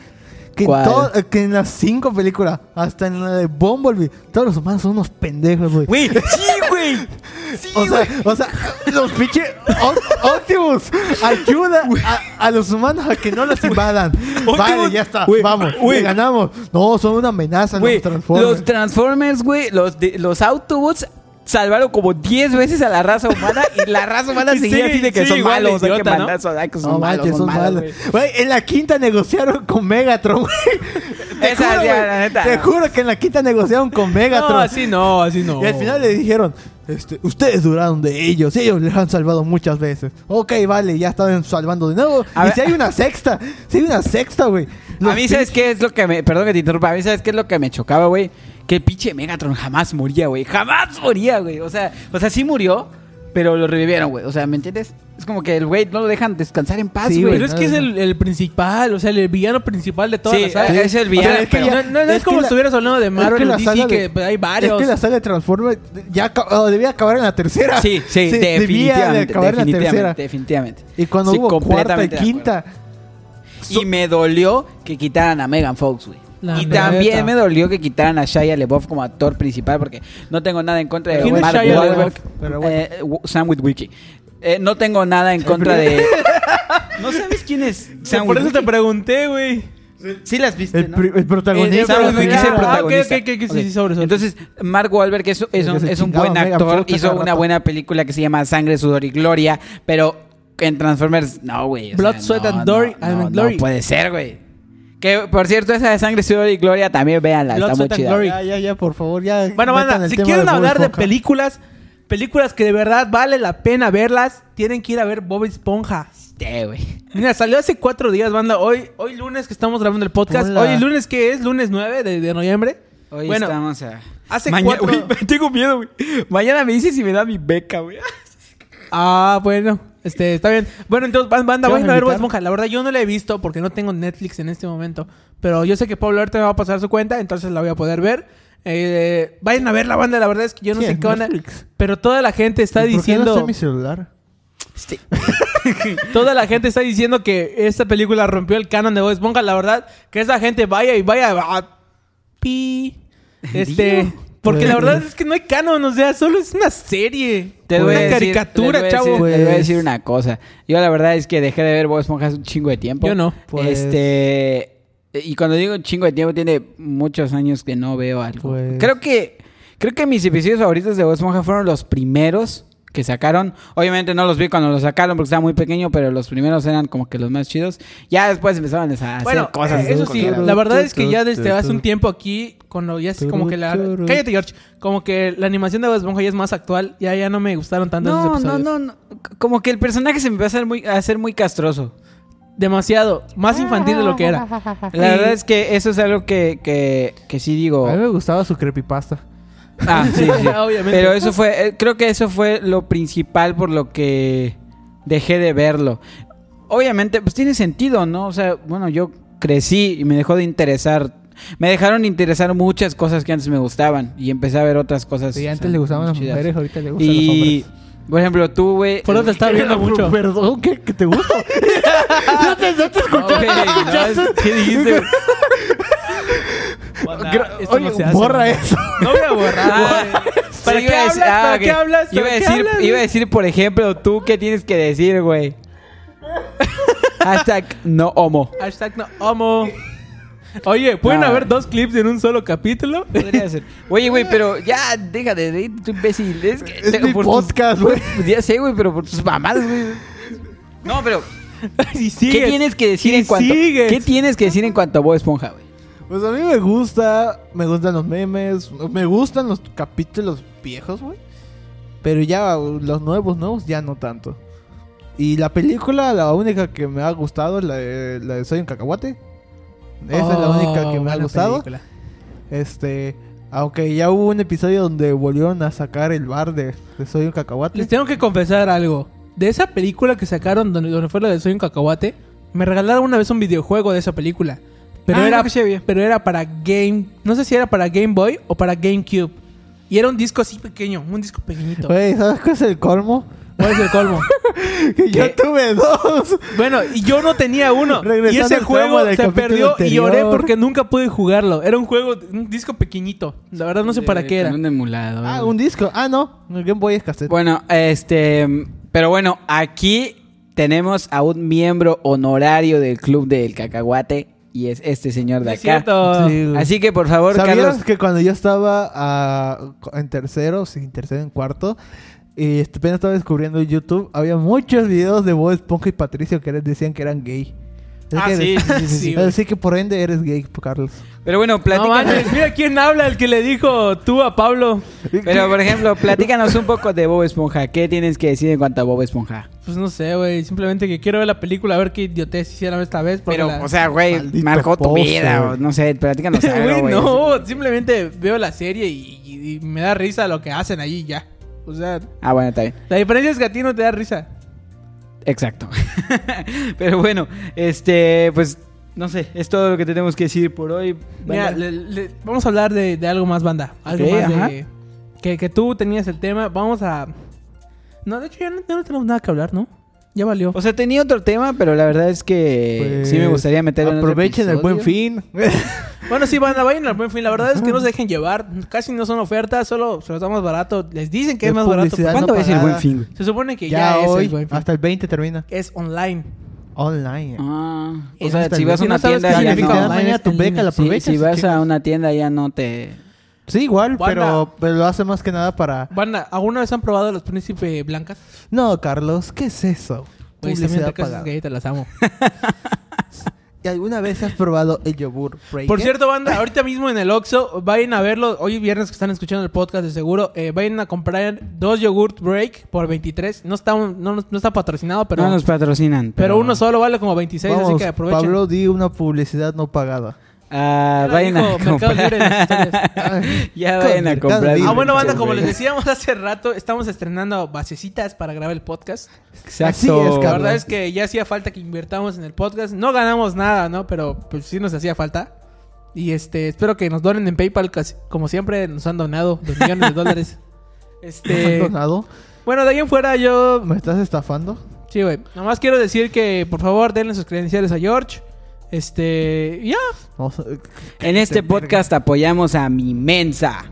Speaker 5: Que, en
Speaker 3: ¿Cuál?
Speaker 5: todo- eh, que en las cinco películas, hasta en la de Bumblebee, todos los humanos son unos pendejos, güey.
Speaker 3: Güey, sí, güey. Sí,
Speaker 5: O sea, o sea, los pinches Oc- Optimus ayuda a, a los humanos a que no los invadan. Vale, ya está,
Speaker 3: Güey,
Speaker 5: vamos,
Speaker 3: güey.
Speaker 5: le ganamos. No, son una amenaza
Speaker 3: Güey,
Speaker 5: los Transformers.
Speaker 3: los Transformers, güey, los, de- los Autobots salvaron como 10 veces a la raza humana y la raza humana
Speaker 4: Y
Speaker 3: seguía
Speaker 4: sigue-
Speaker 3: así de que
Speaker 4: sigue
Speaker 3: son
Speaker 4: igual de
Speaker 3: malos, de que
Speaker 4: idiota, ¿no?
Speaker 3: mandazo, ay, que son
Speaker 5: No
Speaker 3: malos,
Speaker 5: manches,
Speaker 3: son malos, güey.
Speaker 5: malos. Güey, en la quinta negociaron con Megatron, güey. Te
Speaker 3: Esa,
Speaker 5: juro,
Speaker 3: ya,
Speaker 5: güey,
Speaker 3: la neta,
Speaker 5: Te
Speaker 3: no.
Speaker 5: juro que en la quinta negociaron con Megatron.
Speaker 4: No, así no, así no.
Speaker 5: Y al final le dijeron, este, ustedes duraron de ellos, ellos les han salvado muchas veces. Ok, vale, ya están salvando de nuevo.
Speaker 3: A
Speaker 5: y
Speaker 3: ver-
Speaker 5: si hay una sexta, si hay una sexta, güey.
Speaker 3: a mí, ¿sabes qué es lo que me. Perdón que te interrumpa. A mí, ¿sabes qué es lo que me chocaba, güey? Que el pinche Megatron jamás moría, güey. Jamás moría, güey. O sea, o sea, sí murió. pero lo revivieron, güey. O sea, ¿me entiendes? Es como que el güey no lo dejan descansar en paz,
Speaker 5: Sí,
Speaker 3: güey.
Speaker 4: Pero es que es el, el principal, o sea, el villano principal de todas
Speaker 3: Sí,
Speaker 4: las sagas.
Speaker 3: sí, es el villano,
Speaker 4: es que
Speaker 3: pero-
Speaker 4: ya- no, no es,
Speaker 5: es que
Speaker 4: como
Speaker 5: la-
Speaker 4: si estuvieras hablando de Marvel o DC,
Speaker 5: saga
Speaker 4: que
Speaker 5: de-
Speaker 4: pues, hay varios.
Speaker 5: Es que la saga de Transformers ya acab- oh, debía acabar en la tercera.
Speaker 3: Sí, sí,
Speaker 5: Debía de
Speaker 3: definitivamente,
Speaker 5: acabar en la
Speaker 3: definitivamente,
Speaker 5: tercera.
Speaker 3: definitivamente.
Speaker 5: Y cuando
Speaker 3: Sí,
Speaker 5: hubo cuarta y
Speaker 3: completamente de
Speaker 5: quinta,
Speaker 3: Y me dolió que quitaran a Megan Fox, güey.
Speaker 4: La
Speaker 3: Y
Speaker 4: neta.
Speaker 3: también me dolió que quitaran a Shia LeBeouf como actor principal porque no tengo nada en contra de
Speaker 4: ¿Quién es
Speaker 3: Mark
Speaker 4: Shia
Speaker 3: Wahlberg,
Speaker 4: LaBeouf?
Speaker 5: Pero bueno.
Speaker 3: eh, w- Sam Witwicky. Eh, no tengo nada en contra de... ¿No sabes quién es
Speaker 4: Sí,
Speaker 3: Sam
Speaker 4: por eso te
Speaker 3: Witwicky?
Speaker 4: pregunté, güey.
Speaker 3: Sí las viste,
Speaker 5: el,
Speaker 3: ¿no?
Speaker 5: pri- el
Speaker 4: Eh,
Speaker 5: protagonista.
Speaker 4: Sam
Speaker 3: Sam
Speaker 4: Witwicky
Speaker 3: Witwicky
Speaker 5: era-
Speaker 3: es el
Speaker 4: Ah, ok,
Speaker 3: protagonista.
Speaker 4: ok, ok, sí, sí,
Speaker 3: Ok.
Speaker 4: sobre eso.
Speaker 3: Entonces, Mark Wahlberg es, es
Speaker 5: que
Speaker 3: un,
Speaker 5: se
Speaker 3: es un
Speaker 5: chingaba
Speaker 3: buen
Speaker 5: a Megan
Speaker 3: actor,
Speaker 5: Fox a
Speaker 3: hizo
Speaker 5: cada
Speaker 3: una
Speaker 5: rato.
Speaker 3: buena película que se llama Sangre, Sudor y Gloria, pero en Transformers, no, güey. o
Speaker 4: Blood,
Speaker 3: sea,
Speaker 4: Sweat
Speaker 3: no,
Speaker 4: and
Speaker 3: no,
Speaker 4: Glory-
Speaker 3: no,
Speaker 4: and
Speaker 3: no
Speaker 4: Glory.
Speaker 3: puede ser, güey. Que, por cierto, esa de Sangre, Sudor y Gloria también, véanla,
Speaker 4: Blood,
Speaker 3: está muy
Speaker 4: Sweat and
Speaker 3: chida.
Speaker 4: Glory.
Speaker 5: Ya, ya, ya, por favor, ya.
Speaker 4: Bueno,
Speaker 5: metan
Speaker 4: banda,
Speaker 5: el
Speaker 4: si
Speaker 5: tema
Speaker 4: quieren
Speaker 5: Bob
Speaker 4: hablar de
Speaker 5: Esponja.
Speaker 4: películas, películas que de verdad vale la pena verlas, tienen que ir a ver Bob Esponja.
Speaker 3: Sí, güey.
Speaker 4: Mira, salió hace cuatro días, banda. Hoy, hoy lunes que estamos grabando el podcast.
Speaker 5: Hola.
Speaker 4: Hoy lunes que es, lunes 9 de, de noviembre.
Speaker 3: Hoy
Speaker 4: bueno,
Speaker 3: estamos a...
Speaker 4: hace
Speaker 3: Mañana-
Speaker 4: cuatro-
Speaker 3: Güey, tengo miedo, güey. Mañana me dice si me da mi beca, güey.
Speaker 4: Ah, bueno, este, está bien. Bueno, entonces, ban- banda,
Speaker 5: ¿Qué
Speaker 4: vayan a
Speaker 5: vas a
Speaker 4: ver Bob
Speaker 5: invitar?
Speaker 4: Esponja. La verdad, yo no la he visto porque no tengo Netflix en este momento. Pero yo sé que Pablo Arte me va a pasar su cuenta, entonces la voy a poder ver. Eh, vayan a ver la banda, la verdad es que yo no
Speaker 5: Sí,
Speaker 4: sé
Speaker 5: en
Speaker 4: qué onda.
Speaker 5: Netflix.
Speaker 4: Pero toda la gente está
Speaker 5: ¿Y por qué no
Speaker 4: diciendo.
Speaker 5: está en mi celular?
Speaker 4: Toda la gente está diciendo que esta película rompió el canon de Bob Esponja. La verdad, que esa gente vaya y vaya a... Pi. Este...
Speaker 3: Dios.
Speaker 4: Porque la
Speaker 5: Pues-
Speaker 4: verdad es que no hay canon, o sea, solo es una serie.
Speaker 3: Te
Speaker 4: una
Speaker 3: voy a decir- les
Speaker 4: caricatura,
Speaker 3: voy a
Speaker 4: chavo.
Speaker 3: decir- les voy a
Speaker 5: Pues-
Speaker 3: decir una cosa. Yo la verdad es que dejé de ver Bob Esponja hace un chingo de tiempo.
Speaker 4: Yo no.
Speaker 5: Pues-
Speaker 3: Este. Y cuando digo un chingo de tiempo, tiene muchos años que no veo algo.
Speaker 5: Pues-
Speaker 3: Creo que. Creo que mis episodios favoritos de Bob Esponja fueron los primeros que sacaron. Obviamente no los vi cuando los sacaron porque estaba muy pequeño, pero los primeros eran como que los más chidos. Ya después empezaban a hacer
Speaker 4: Bueno,
Speaker 3: cosas.
Speaker 4: eh, eso
Speaker 3: con
Speaker 4: sí,
Speaker 3: los-
Speaker 4: la verdad es que ya
Speaker 5: este,
Speaker 4: desde hace un tiempo aquí, cuando ya es como que la... Cállate, George. Como que la animación de Bob Esponja ya es más actual, ya, ya no me gustaron tanto esos
Speaker 3: No, no,
Speaker 4: episodios.
Speaker 3: no, no. Como que el personaje se me va a hacer muy, a hacer muy castroso.
Speaker 4: Demasiado. Más infantil de lo que era.
Speaker 3: La
Speaker 4: Y-
Speaker 3: verdad es que eso es algo que, que, que sí digo.
Speaker 5: A mí me gustaba su creepypasta.
Speaker 3: Ah, sí, sí.
Speaker 4: Obviamente.
Speaker 3: Pero eso fue, eh, creo que eso fue lo principal por lo que dejé de verlo. Obviamente, pues tiene sentido, ¿no? O sea, bueno, yo crecí y me dejó de interesar. Me dejaron de interesar muchas cosas que antes me gustaban y empecé a ver otras cosas.
Speaker 5: Sí,
Speaker 3: o
Speaker 5: antes
Speaker 3: sea,
Speaker 5: le gustaban
Speaker 3: muy
Speaker 5: las
Speaker 3: chidas.
Speaker 5: mujeres, ahorita le gustan los
Speaker 3: Y,
Speaker 5: hombres.
Speaker 3: por ejemplo, tú, güey.
Speaker 4: Por eso te estaba viendo mucho.
Speaker 5: Perdón, ¿qué, ¿Qué te gusta? no te, no te escuché.
Speaker 3: Ok, no, es- ¿Qué dijiste? güey?
Speaker 4: Banda,
Speaker 5: Gra-
Speaker 4: esto
Speaker 5: Oye,
Speaker 4: no se hace,
Speaker 5: borra
Speaker 4: banda.
Speaker 5: eso.
Speaker 4: No voy a borrar.
Speaker 3: Ah,
Speaker 4: ¿Para
Speaker 3: sí,
Speaker 4: qué
Speaker 3: iba a
Speaker 4: hablas?
Speaker 3: decir- ah,
Speaker 4: ¿Para
Speaker 3: ok.
Speaker 4: qué hablas?
Speaker 3: Iba a
Speaker 4: ¿Para qué
Speaker 3: decir,
Speaker 4: hablas?
Speaker 3: iba a decir, por ejemplo, tú, ¿qué tienes que decir, güey? Hashtag no homo.
Speaker 4: Hashtag no homo. Oye, ¿pueden
Speaker 3: Ah.
Speaker 4: haber dos clips en un solo capítulo?
Speaker 3: Podría ser. Oye, güey, pero ya deja de reír, tú imbécil. Es, que
Speaker 5: Es
Speaker 3: te-
Speaker 5: mi
Speaker 3: por
Speaker 5: podcast, güey.
Speaker 3: tus- ya sé, güey, pero por tus mamadas, güey. No, pero
Speaker 4: Y
Speaker 3: ¿qué
Speaker 4: sigues.
Speaker 3: tienes que decir
Speaker 4: Y
Speaker 3: en cuanto
Speaker 4: sigues.
Speaker 3: ¿Qué tienes que decir en cuanto a Bob Esponja, güey?
Speaker 5: Pues a mí me gusta, me gustan los memes, me gustan los capítulos viejos, güey. Pero ya los nuevos, nuevos, ya no tanto. Y la película, la única que me ha gustado es la de, la de Soy un cacahuate. Esa es la
Speaker 4: Oh,
Speaker 5: única que me ha
Speaker 4: buena
Speaker 5: gustado.
Speaker 4: película.
Speaker 5: Este, aunque ya hubo un episodio donde volvieron a sacar el bar de, de Soy un cacahuate.
Speaker 4: Les tengo que confesar algo. De esa película que sacaron donde, donde fue lo de Soy un cacahuate, me regalaron una vez un videojuego de esa película. Pero,
Speaker 3: Ah,
Speaker 4: era,
Speaker 3: creo que sí había.
Speaker 4: pero era para Game... No sé si era para Game Boy o para GameCube. Y era un disco así pequeño, un disco pequeñito.
Speaker 5: Güey, ¿sabes cuál es el colmo?
Speaker 4: ¿Cuál es el colmo?
Speaker 5: Que yo tuve dos.
Speaker 4: Bueno, y yo no tenía uno. y
Speaker 5: Regresando
Speaker 4: ese
Speaker 5: al trauma
Speaker 4: juego
Speaker 5: del
Speaker 4: se
Speaker 5: capítulo
Speaker 4: perdió y
Speaker 5: anterior.
Speaker 4: lloré porque nunca pude jugarlo. Era un juego, un disco pequeñito. La verdad no sé para qué era.
Speaker 3: Un emulador.
Speaker 5: Ah, un disco. Ah, no. El Game Boy es cassette.
Speaker 3: Bueno, este, pero bueno, aquí tenemos a un miembro honorario del club del cacahuate y es este señor
Speaker 4: No
Speaker 3: de
Speaker 4: es
Speaker 3: acá.
Speaker 4: cierto.
Speaker 5: Sí, güey.
Speaker 3: Así que por favor,
Speaker 5: ¿Sabías
Speaker 3: Carlos,
Speaker 5: que cuando yo estaba ah, en tercero, sí, en tercero, en cuarto, y este, apenas estaba descubriendo YouTube, había muchos videos de Bob Esponja y Patricio que eran- decían que eran gay. Así
Speaker 3: Ah,
Speaker 5: que-
Speaker 3: sí, sí, sí, sí,
Speaker 4: sí, güey.
Speaker 5: Así que por ende eres gay, Carlos.
Speaker 3: pero bueno,
Speaker 4: No
Speaker 3: platícanos.
Speaker 4: manches, mira quién habla, el que le dijo tú a Pablo.
Speaker 3: Pero, por ejemplo, platícanos un poco de Bob Esponja. ¿Qué tienes que decir en cuanto a Bob Esponja?
Speaker 4: Pues no sé, güey. Simplemente que quiero ver la película, a ver qué idiotez hicieron esta vez. porque
Speaker 3: Pero,
Speaker 4: la-
Speaker 3: o sea, güey,
Speaker 5: Maldito
Speaker 3: marcó tu
Speaker 5: poser.
Speaker 3: vida. o no sé, platícanos algo,
Speaker 4: Güey,
Speaker 3: güey.
Speaker 4: no. Simplemente veo la serie y, y- y me da risa lo que hacen allí y ya. O sea,
Speaker 3: Ah, bueno, está bien.
Speaker 4: la diferencia es que a ti no te da risa.
Speaker 3: Exacto. Pero bueno, este, pues, no sé, es todo lo que tenemos que decir por hoy.
Speaker 4: Mira,
Speaker 3: Banda.
Speaker 4: le- le- vamos a hablar de, de algo más, banda. Algo
Speaker 3: Ok,
Speaker 4: más
Speaker 3: ajá.
Speaker 4: de. Que, que tú tenías el tema. Vamos a. No, de hecho ya no, ya no tenemos nada que hablar, ¿no? Ya valió.
Speaker 3: O sea, tenía otro tema, pero la verdad es que sí me
Speaker 5: Pues,
Speaker 3: gustaría meterlo en otro
Speaker 5: Aprovechen el buen
Speaker 3: episodio.
Speaker 5: fin.
Speaker 4: Bueno, sí, banda, vayan al buen fin. La verdad es que no se dejen llevar. Casi no son ofertas, solo se los da más barato. Les dicen que es
Speaker 5: Es
Speaker 4: más barato.
Speaker 5: publicidad.
Speaker 3: ¿Cuándo
Speaker 5: No
Speaker 3: es el
Speaker 5: pagada.
Speaker 3: buen fin? güey?
Speaker 4: Se supone que ya,
Speaker 5: Ya,
Speaker 4: es
Speaker 5: hoy,
Speaker 4: el buen fin.
Speaker 5: hasta el 20 termina.
Speaker 4: Es online.
Speaker 5: Online.
Speaker 3: Ah, o
Speaker 5: Es
Speaker 3: sea,
Speaker 5: hasta
Speaker 3: si
Speaker 5: el
Speaker 3: vas a
Speaker 5: si
Speaker 3: una
Speaker 5: no sabes
Speaker 3: tienda
Speaker 5: qué
Speaker 3: ya
Speaker 5: significa
Speaker 3: no...
Speaker 4: online,
Speaker 5: online,
Speaker 4: está
Speaker 5: tu
Speaker 4: en
Speaker 5: beca
Speaker 4: línea.
Speaker 5: la
Speaker 3: Si-
Speaker 5: aprovechas.
Speaker 3: si vas a
Speaker 5: chicos.
Speaker 3: una tienda ya no te...
Speaker 5: Sí, igual,
Speaker 4: Banda.
Speaker 5: pero, pero lo hace más que nada para...
Speaker 4: Banda, ¿alguna vez han probado los príncipes blancas?
Speaker 5: No, Carlos, ¿qué es eso?
Speaker 4: Pues
Speaker 5: Publicidad
Speaker 4: también
Speaker 5: pagada.
Speaker 4: galletas, las amo.
Speaker 5: ¿Y alguna vez has probado el yogur breaker?
Speaker 4: Por cierto, banda, ahorita mismo en el Oxxo, vayan a verlo. Hoy viernes que están escuchando el podcast de seguro, eh, vayan a comprar dos yogurt break por 23. No está, un- no, no está patrocinado, pero,
Speaker 3: no nos patrocinan.
Speaker 4: pero uno solo vale como 26, así
Speaker 5: Vamos,
Speaker 4: que aprovechen.
Speaker 5: Pablo di una publicidad no pagada.
Speaker 3: Ah,
Speaker 4: Ya lo
Speaker 3: vayan a
Speaker 4: dijo Mercado Libre en las historias.
Speaker 3: comprar. ya vayan a
Speaker 5: Mercado
Speaker 3: comprar.
Speaker 5: Libre.
Speaker 4: Ah, bueno, banda,
Speaker 3: Sí,
Speaker 4: como les
Speaker 3: güey.
Speaker 4: decíamos hace rato, estamos estrenando basecitas para grabar el podcast.
Speaker 5: Así
Speaker 3: Exacto.
Speaker 5: es,
Speaker 4: La
Speaker 5: cabrón.
Speaker 4: verdad es que ya hacía falta que invirtamos en el podcast. No ganamos nada, ¿no? Pero pues sí nos hacía falta. Y este, espero que nos donen en PayPal, casi- como siempre nos han donado dos millones de dólares.
Speaker 3: Eh,
Speaker 5: ¿Me
Speaker 4: Este,
Speaker 5: has donado?
Speaker 4: bueno, de ahí en fuera yo
Speaker 5: ¿Me estás estafando?
Speaker 4: sí, güey. Nomás quiero decir que por favor denle sus credenciales a George. Este, ya.
Speaker 5: Vamos a-
Speaker 3: En este podcast apoyamos a mi mensa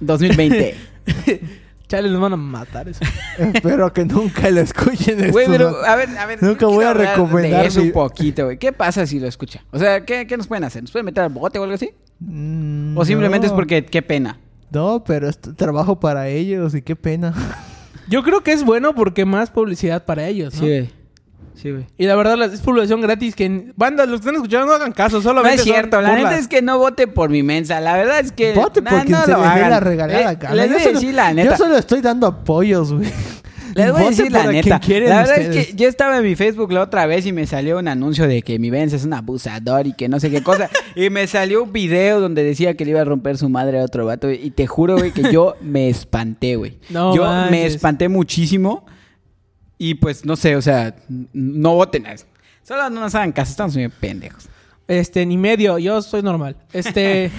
Speaker 3: 2020.
Speaker 4: Chale, nos van a matar eso.
Speaker 5: Espero que nunca lo escuchen esto.
Speaker 3: Güey, pero
Speaker 5: ¿no?
Speaker 3: a ver, a ver.
Speaker 5: Nunca voy
Speaker 3: quiero
Speaker 5: a
Speaker 3: hablar
Speaker 5: recomendar
Speaker 3: de eso
Speaker 5: mi-
Speaker 3: un poquito, güey. ¿Qué pasa si lo escucha? O sea, ¿qué, qué nos pueden hacer? ¿Nos pueden meter al bote o algo así?
Speaker 5: Mm,
Speaker 3: ¿O simplemente
Speaker 5: no.
Speaker 3: es porque qué pena?
Speaker 5: No, pero es trabajo para ellos y qué pena.
Speaker 4: Yo creo que es bueno porque más publicidad para ellos, ¿no?
Speaker 3: güey. Sí, güey.
Speaker 4: Y la verdad, la- es publicación gratis que... Bandas, los que están escuchando, no hagan caso.
Speaker 3: No
Speaker 4: Solamente
Speaker 3: es
Speaker 4: son
Speaker 3: cierto, la
Speaker 4: burlas.
Speaker 3: neta es que no vote por mi mensa. La verdad es que.
Speaker 5: Vote
Speaker 3: na-
Speaker 5: por quien
Speaker 3: Eh, no
Speaker 5: se
Speaker 3: lo
Speaker 5: le dé
Speaker 3: hagan.
Speaker 5: la regalada
Speaker 3: Eh,
Speaker 5: gana.
Speaker 3: Les voy a
Speaker 5: Yo solo-
Speaker 3: decir la neta.
Speaker 5: Yo solo estoy dando apoyos, güey.
Speaker 3: Les voy a
Speaker 5: Voten
Speaker 3: decir la
Speaker 5: por a quien
Speaker 3: neta.
Speaker 5: quieren
Speaker 3: La verdad
Speaker 5: ustedes.
Speaker 3: es que yo estaba en mi Facebook la otra vez y me salió un anuncio de que mi Benz es un abusador y que no sé qué cosa. y me salió un video donde decía que le iba a romper su madre a otro vato. Y te juro, güey, que yo me espanté, güey.
Speaker 4: No
Speaker 3: yo
Speaker 4: manches.
Speaker 3: me espanté muchísimo. Y pues no sé, o sea, n- no voten a eso. Solo no nos hagan caso, estamos muy pendejos.
Speaker 4: Este, ni medio, yo soy normal. Este,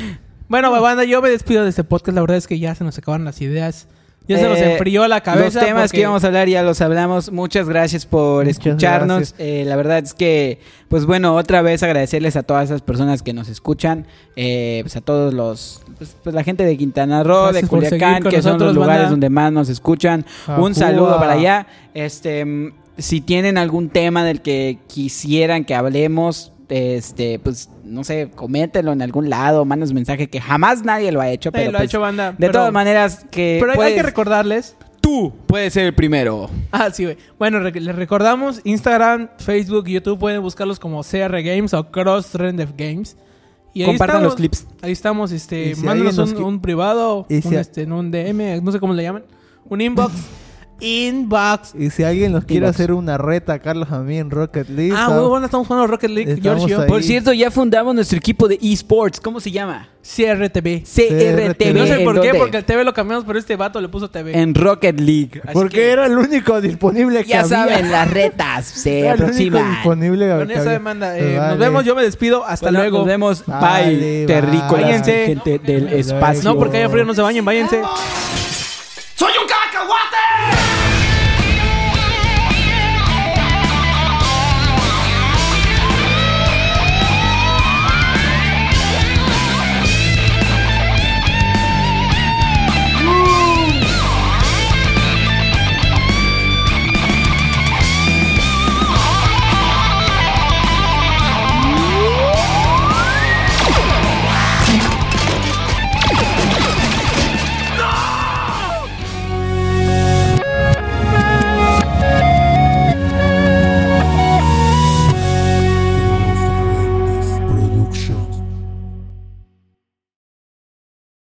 Speaker 4: bueno, banda, yo me despido de este podcast. La verdad es que ya se nos acabaron las ideas. Ya se nos
Speaker 3: Eh,
Speaker 4: enfrió la cabeza.
Speaker 3: Los temas
Speaker 4: porque-
Speaker 3: que íbamos a hablar ya los hablamos. Muchas gracias por
Speaker 5: Muchas
Speaker 3: escucharnos.
Speaker 5: gracias.
Speaker 3: Eh, la verdad es que, pues bueno, otra vez agradecerles a todas esas personas que nos escuchan. Eh, pues a todos los. Pues, pues, la gente de Quintana Roo,
Speaker 4: Gracias
Speaker 3: de
Speaker 4: por seguir
Speaker 3: Culiacán,
Speaker 4: con
Speaker 3: que son los
Speaker 4: nosotros,
Speaker 3: lugares
Speaker 4: banda.
Speaker 3: donde más nos escuchan.
Speaker 5: A
Speaker 3: Un
Speaker 5: Cuba.
Speaker 3: saludo para allá. Este. mm, Si tienen algún tema del que quisieran que hablemos. Este, pues, no sé, coméntelo en algún lado, mandes mensaje que jamás nadie lo ha hecho,
Speaker 4: Nadie
Speaker 3: pero
Speaker 4: lo ha
Speaker 3: pues,
Speaker 4: hecho, banda,
Speaker 3: de
Speaker 4: pero-
Speaker 3: todas maneras que
Speaker 4: Pero hay- hay que
Speaker 3: puedes-
Speaker 4: recordarles.
Speaker 3: Tú puedes ser el primero.
Speaker 4: Ah, sí, güey. Bueno, rec- les recordamos Instagram, Facebook, YouTube. Pueden buscarlos como CR Games o Cross Trend of Games. Y ahí
Speaker 3: Compartan
Speaker 4: estamos-
Speaker 3: los clips.
Speaker 4: Ahí estamos, este,
Speaker 5: Y si
Speaker 4: mándanos un,
Speaker 5: alguien nos qui-
Speaker 4: un privado,
Speaker 5: Y
Speaker 4: un,
Speaker 5: si a-
Speaker 4: este, en un DM, no sé cómo le llaman. Un inbox. inbox.
Speaker 5: Y si alguien nos quiere
Speaker 3: Inbox.
Speaker 5: hacer una reta, Carlos, a mí en Rocket League.
Speaker 4: Ah,
Speaker 5: ¿sabes?
Speaker 4: güey, bueno, estamos jugando Rocket League,
Speaker 5: Estamos
Speaker 4: George y yo.
Speaker 5: ahí.
Speaker 3: Por cierto, ya fundamos nuestro equipo de esports. ¿Cómo se llama?
Speaker 4: CRTV.
Speaker 3: CRTV.
Speaker 4: No sé
Speaker 3: ¿En
Speaker 4: por qué,
Speaker 3: dónde?
Speaker 4: porque el TV lo cambiamos, pero este vato le puso TV.
Speaker 3: en Rocket League. Así
Speaker 5: Porque
Speaker 3: que
Speaker 5: era el único disponible que
Speaker 3: ya
Speaker 5: había.
Speaker 3: saben, las retas se
Speaker 5: Era el único
Speaker 3: aproximan.
Speaker 5: disponible
Speaker 4: Con
Speaker 5: que
Speaker 4: esa
Speaker 5: había. Pues
Speaker 4: demanda.
Speaker 3: Pues
Speaker 4: eh,
Speaker 5: Vale.
Speaker 4: Nos vemos, yo me despido. Hasta
Speaker 3: Bueno,
Speaker 4: luego.
Speaker 3: Pues Nos vemos.
Speaker 5: Vale,
Speaker 3: Bye,
Speaker 5: bye.
Speaker 3: terrícolas,
Speaker 4: Váyanse.
Speaker 3: gente del
Speaker 5: luego.
Speaker 3: espacio.
Speaker 4: No, porque hay frío, no se bañen, váyanse.
Speaker 2: ¡Soy un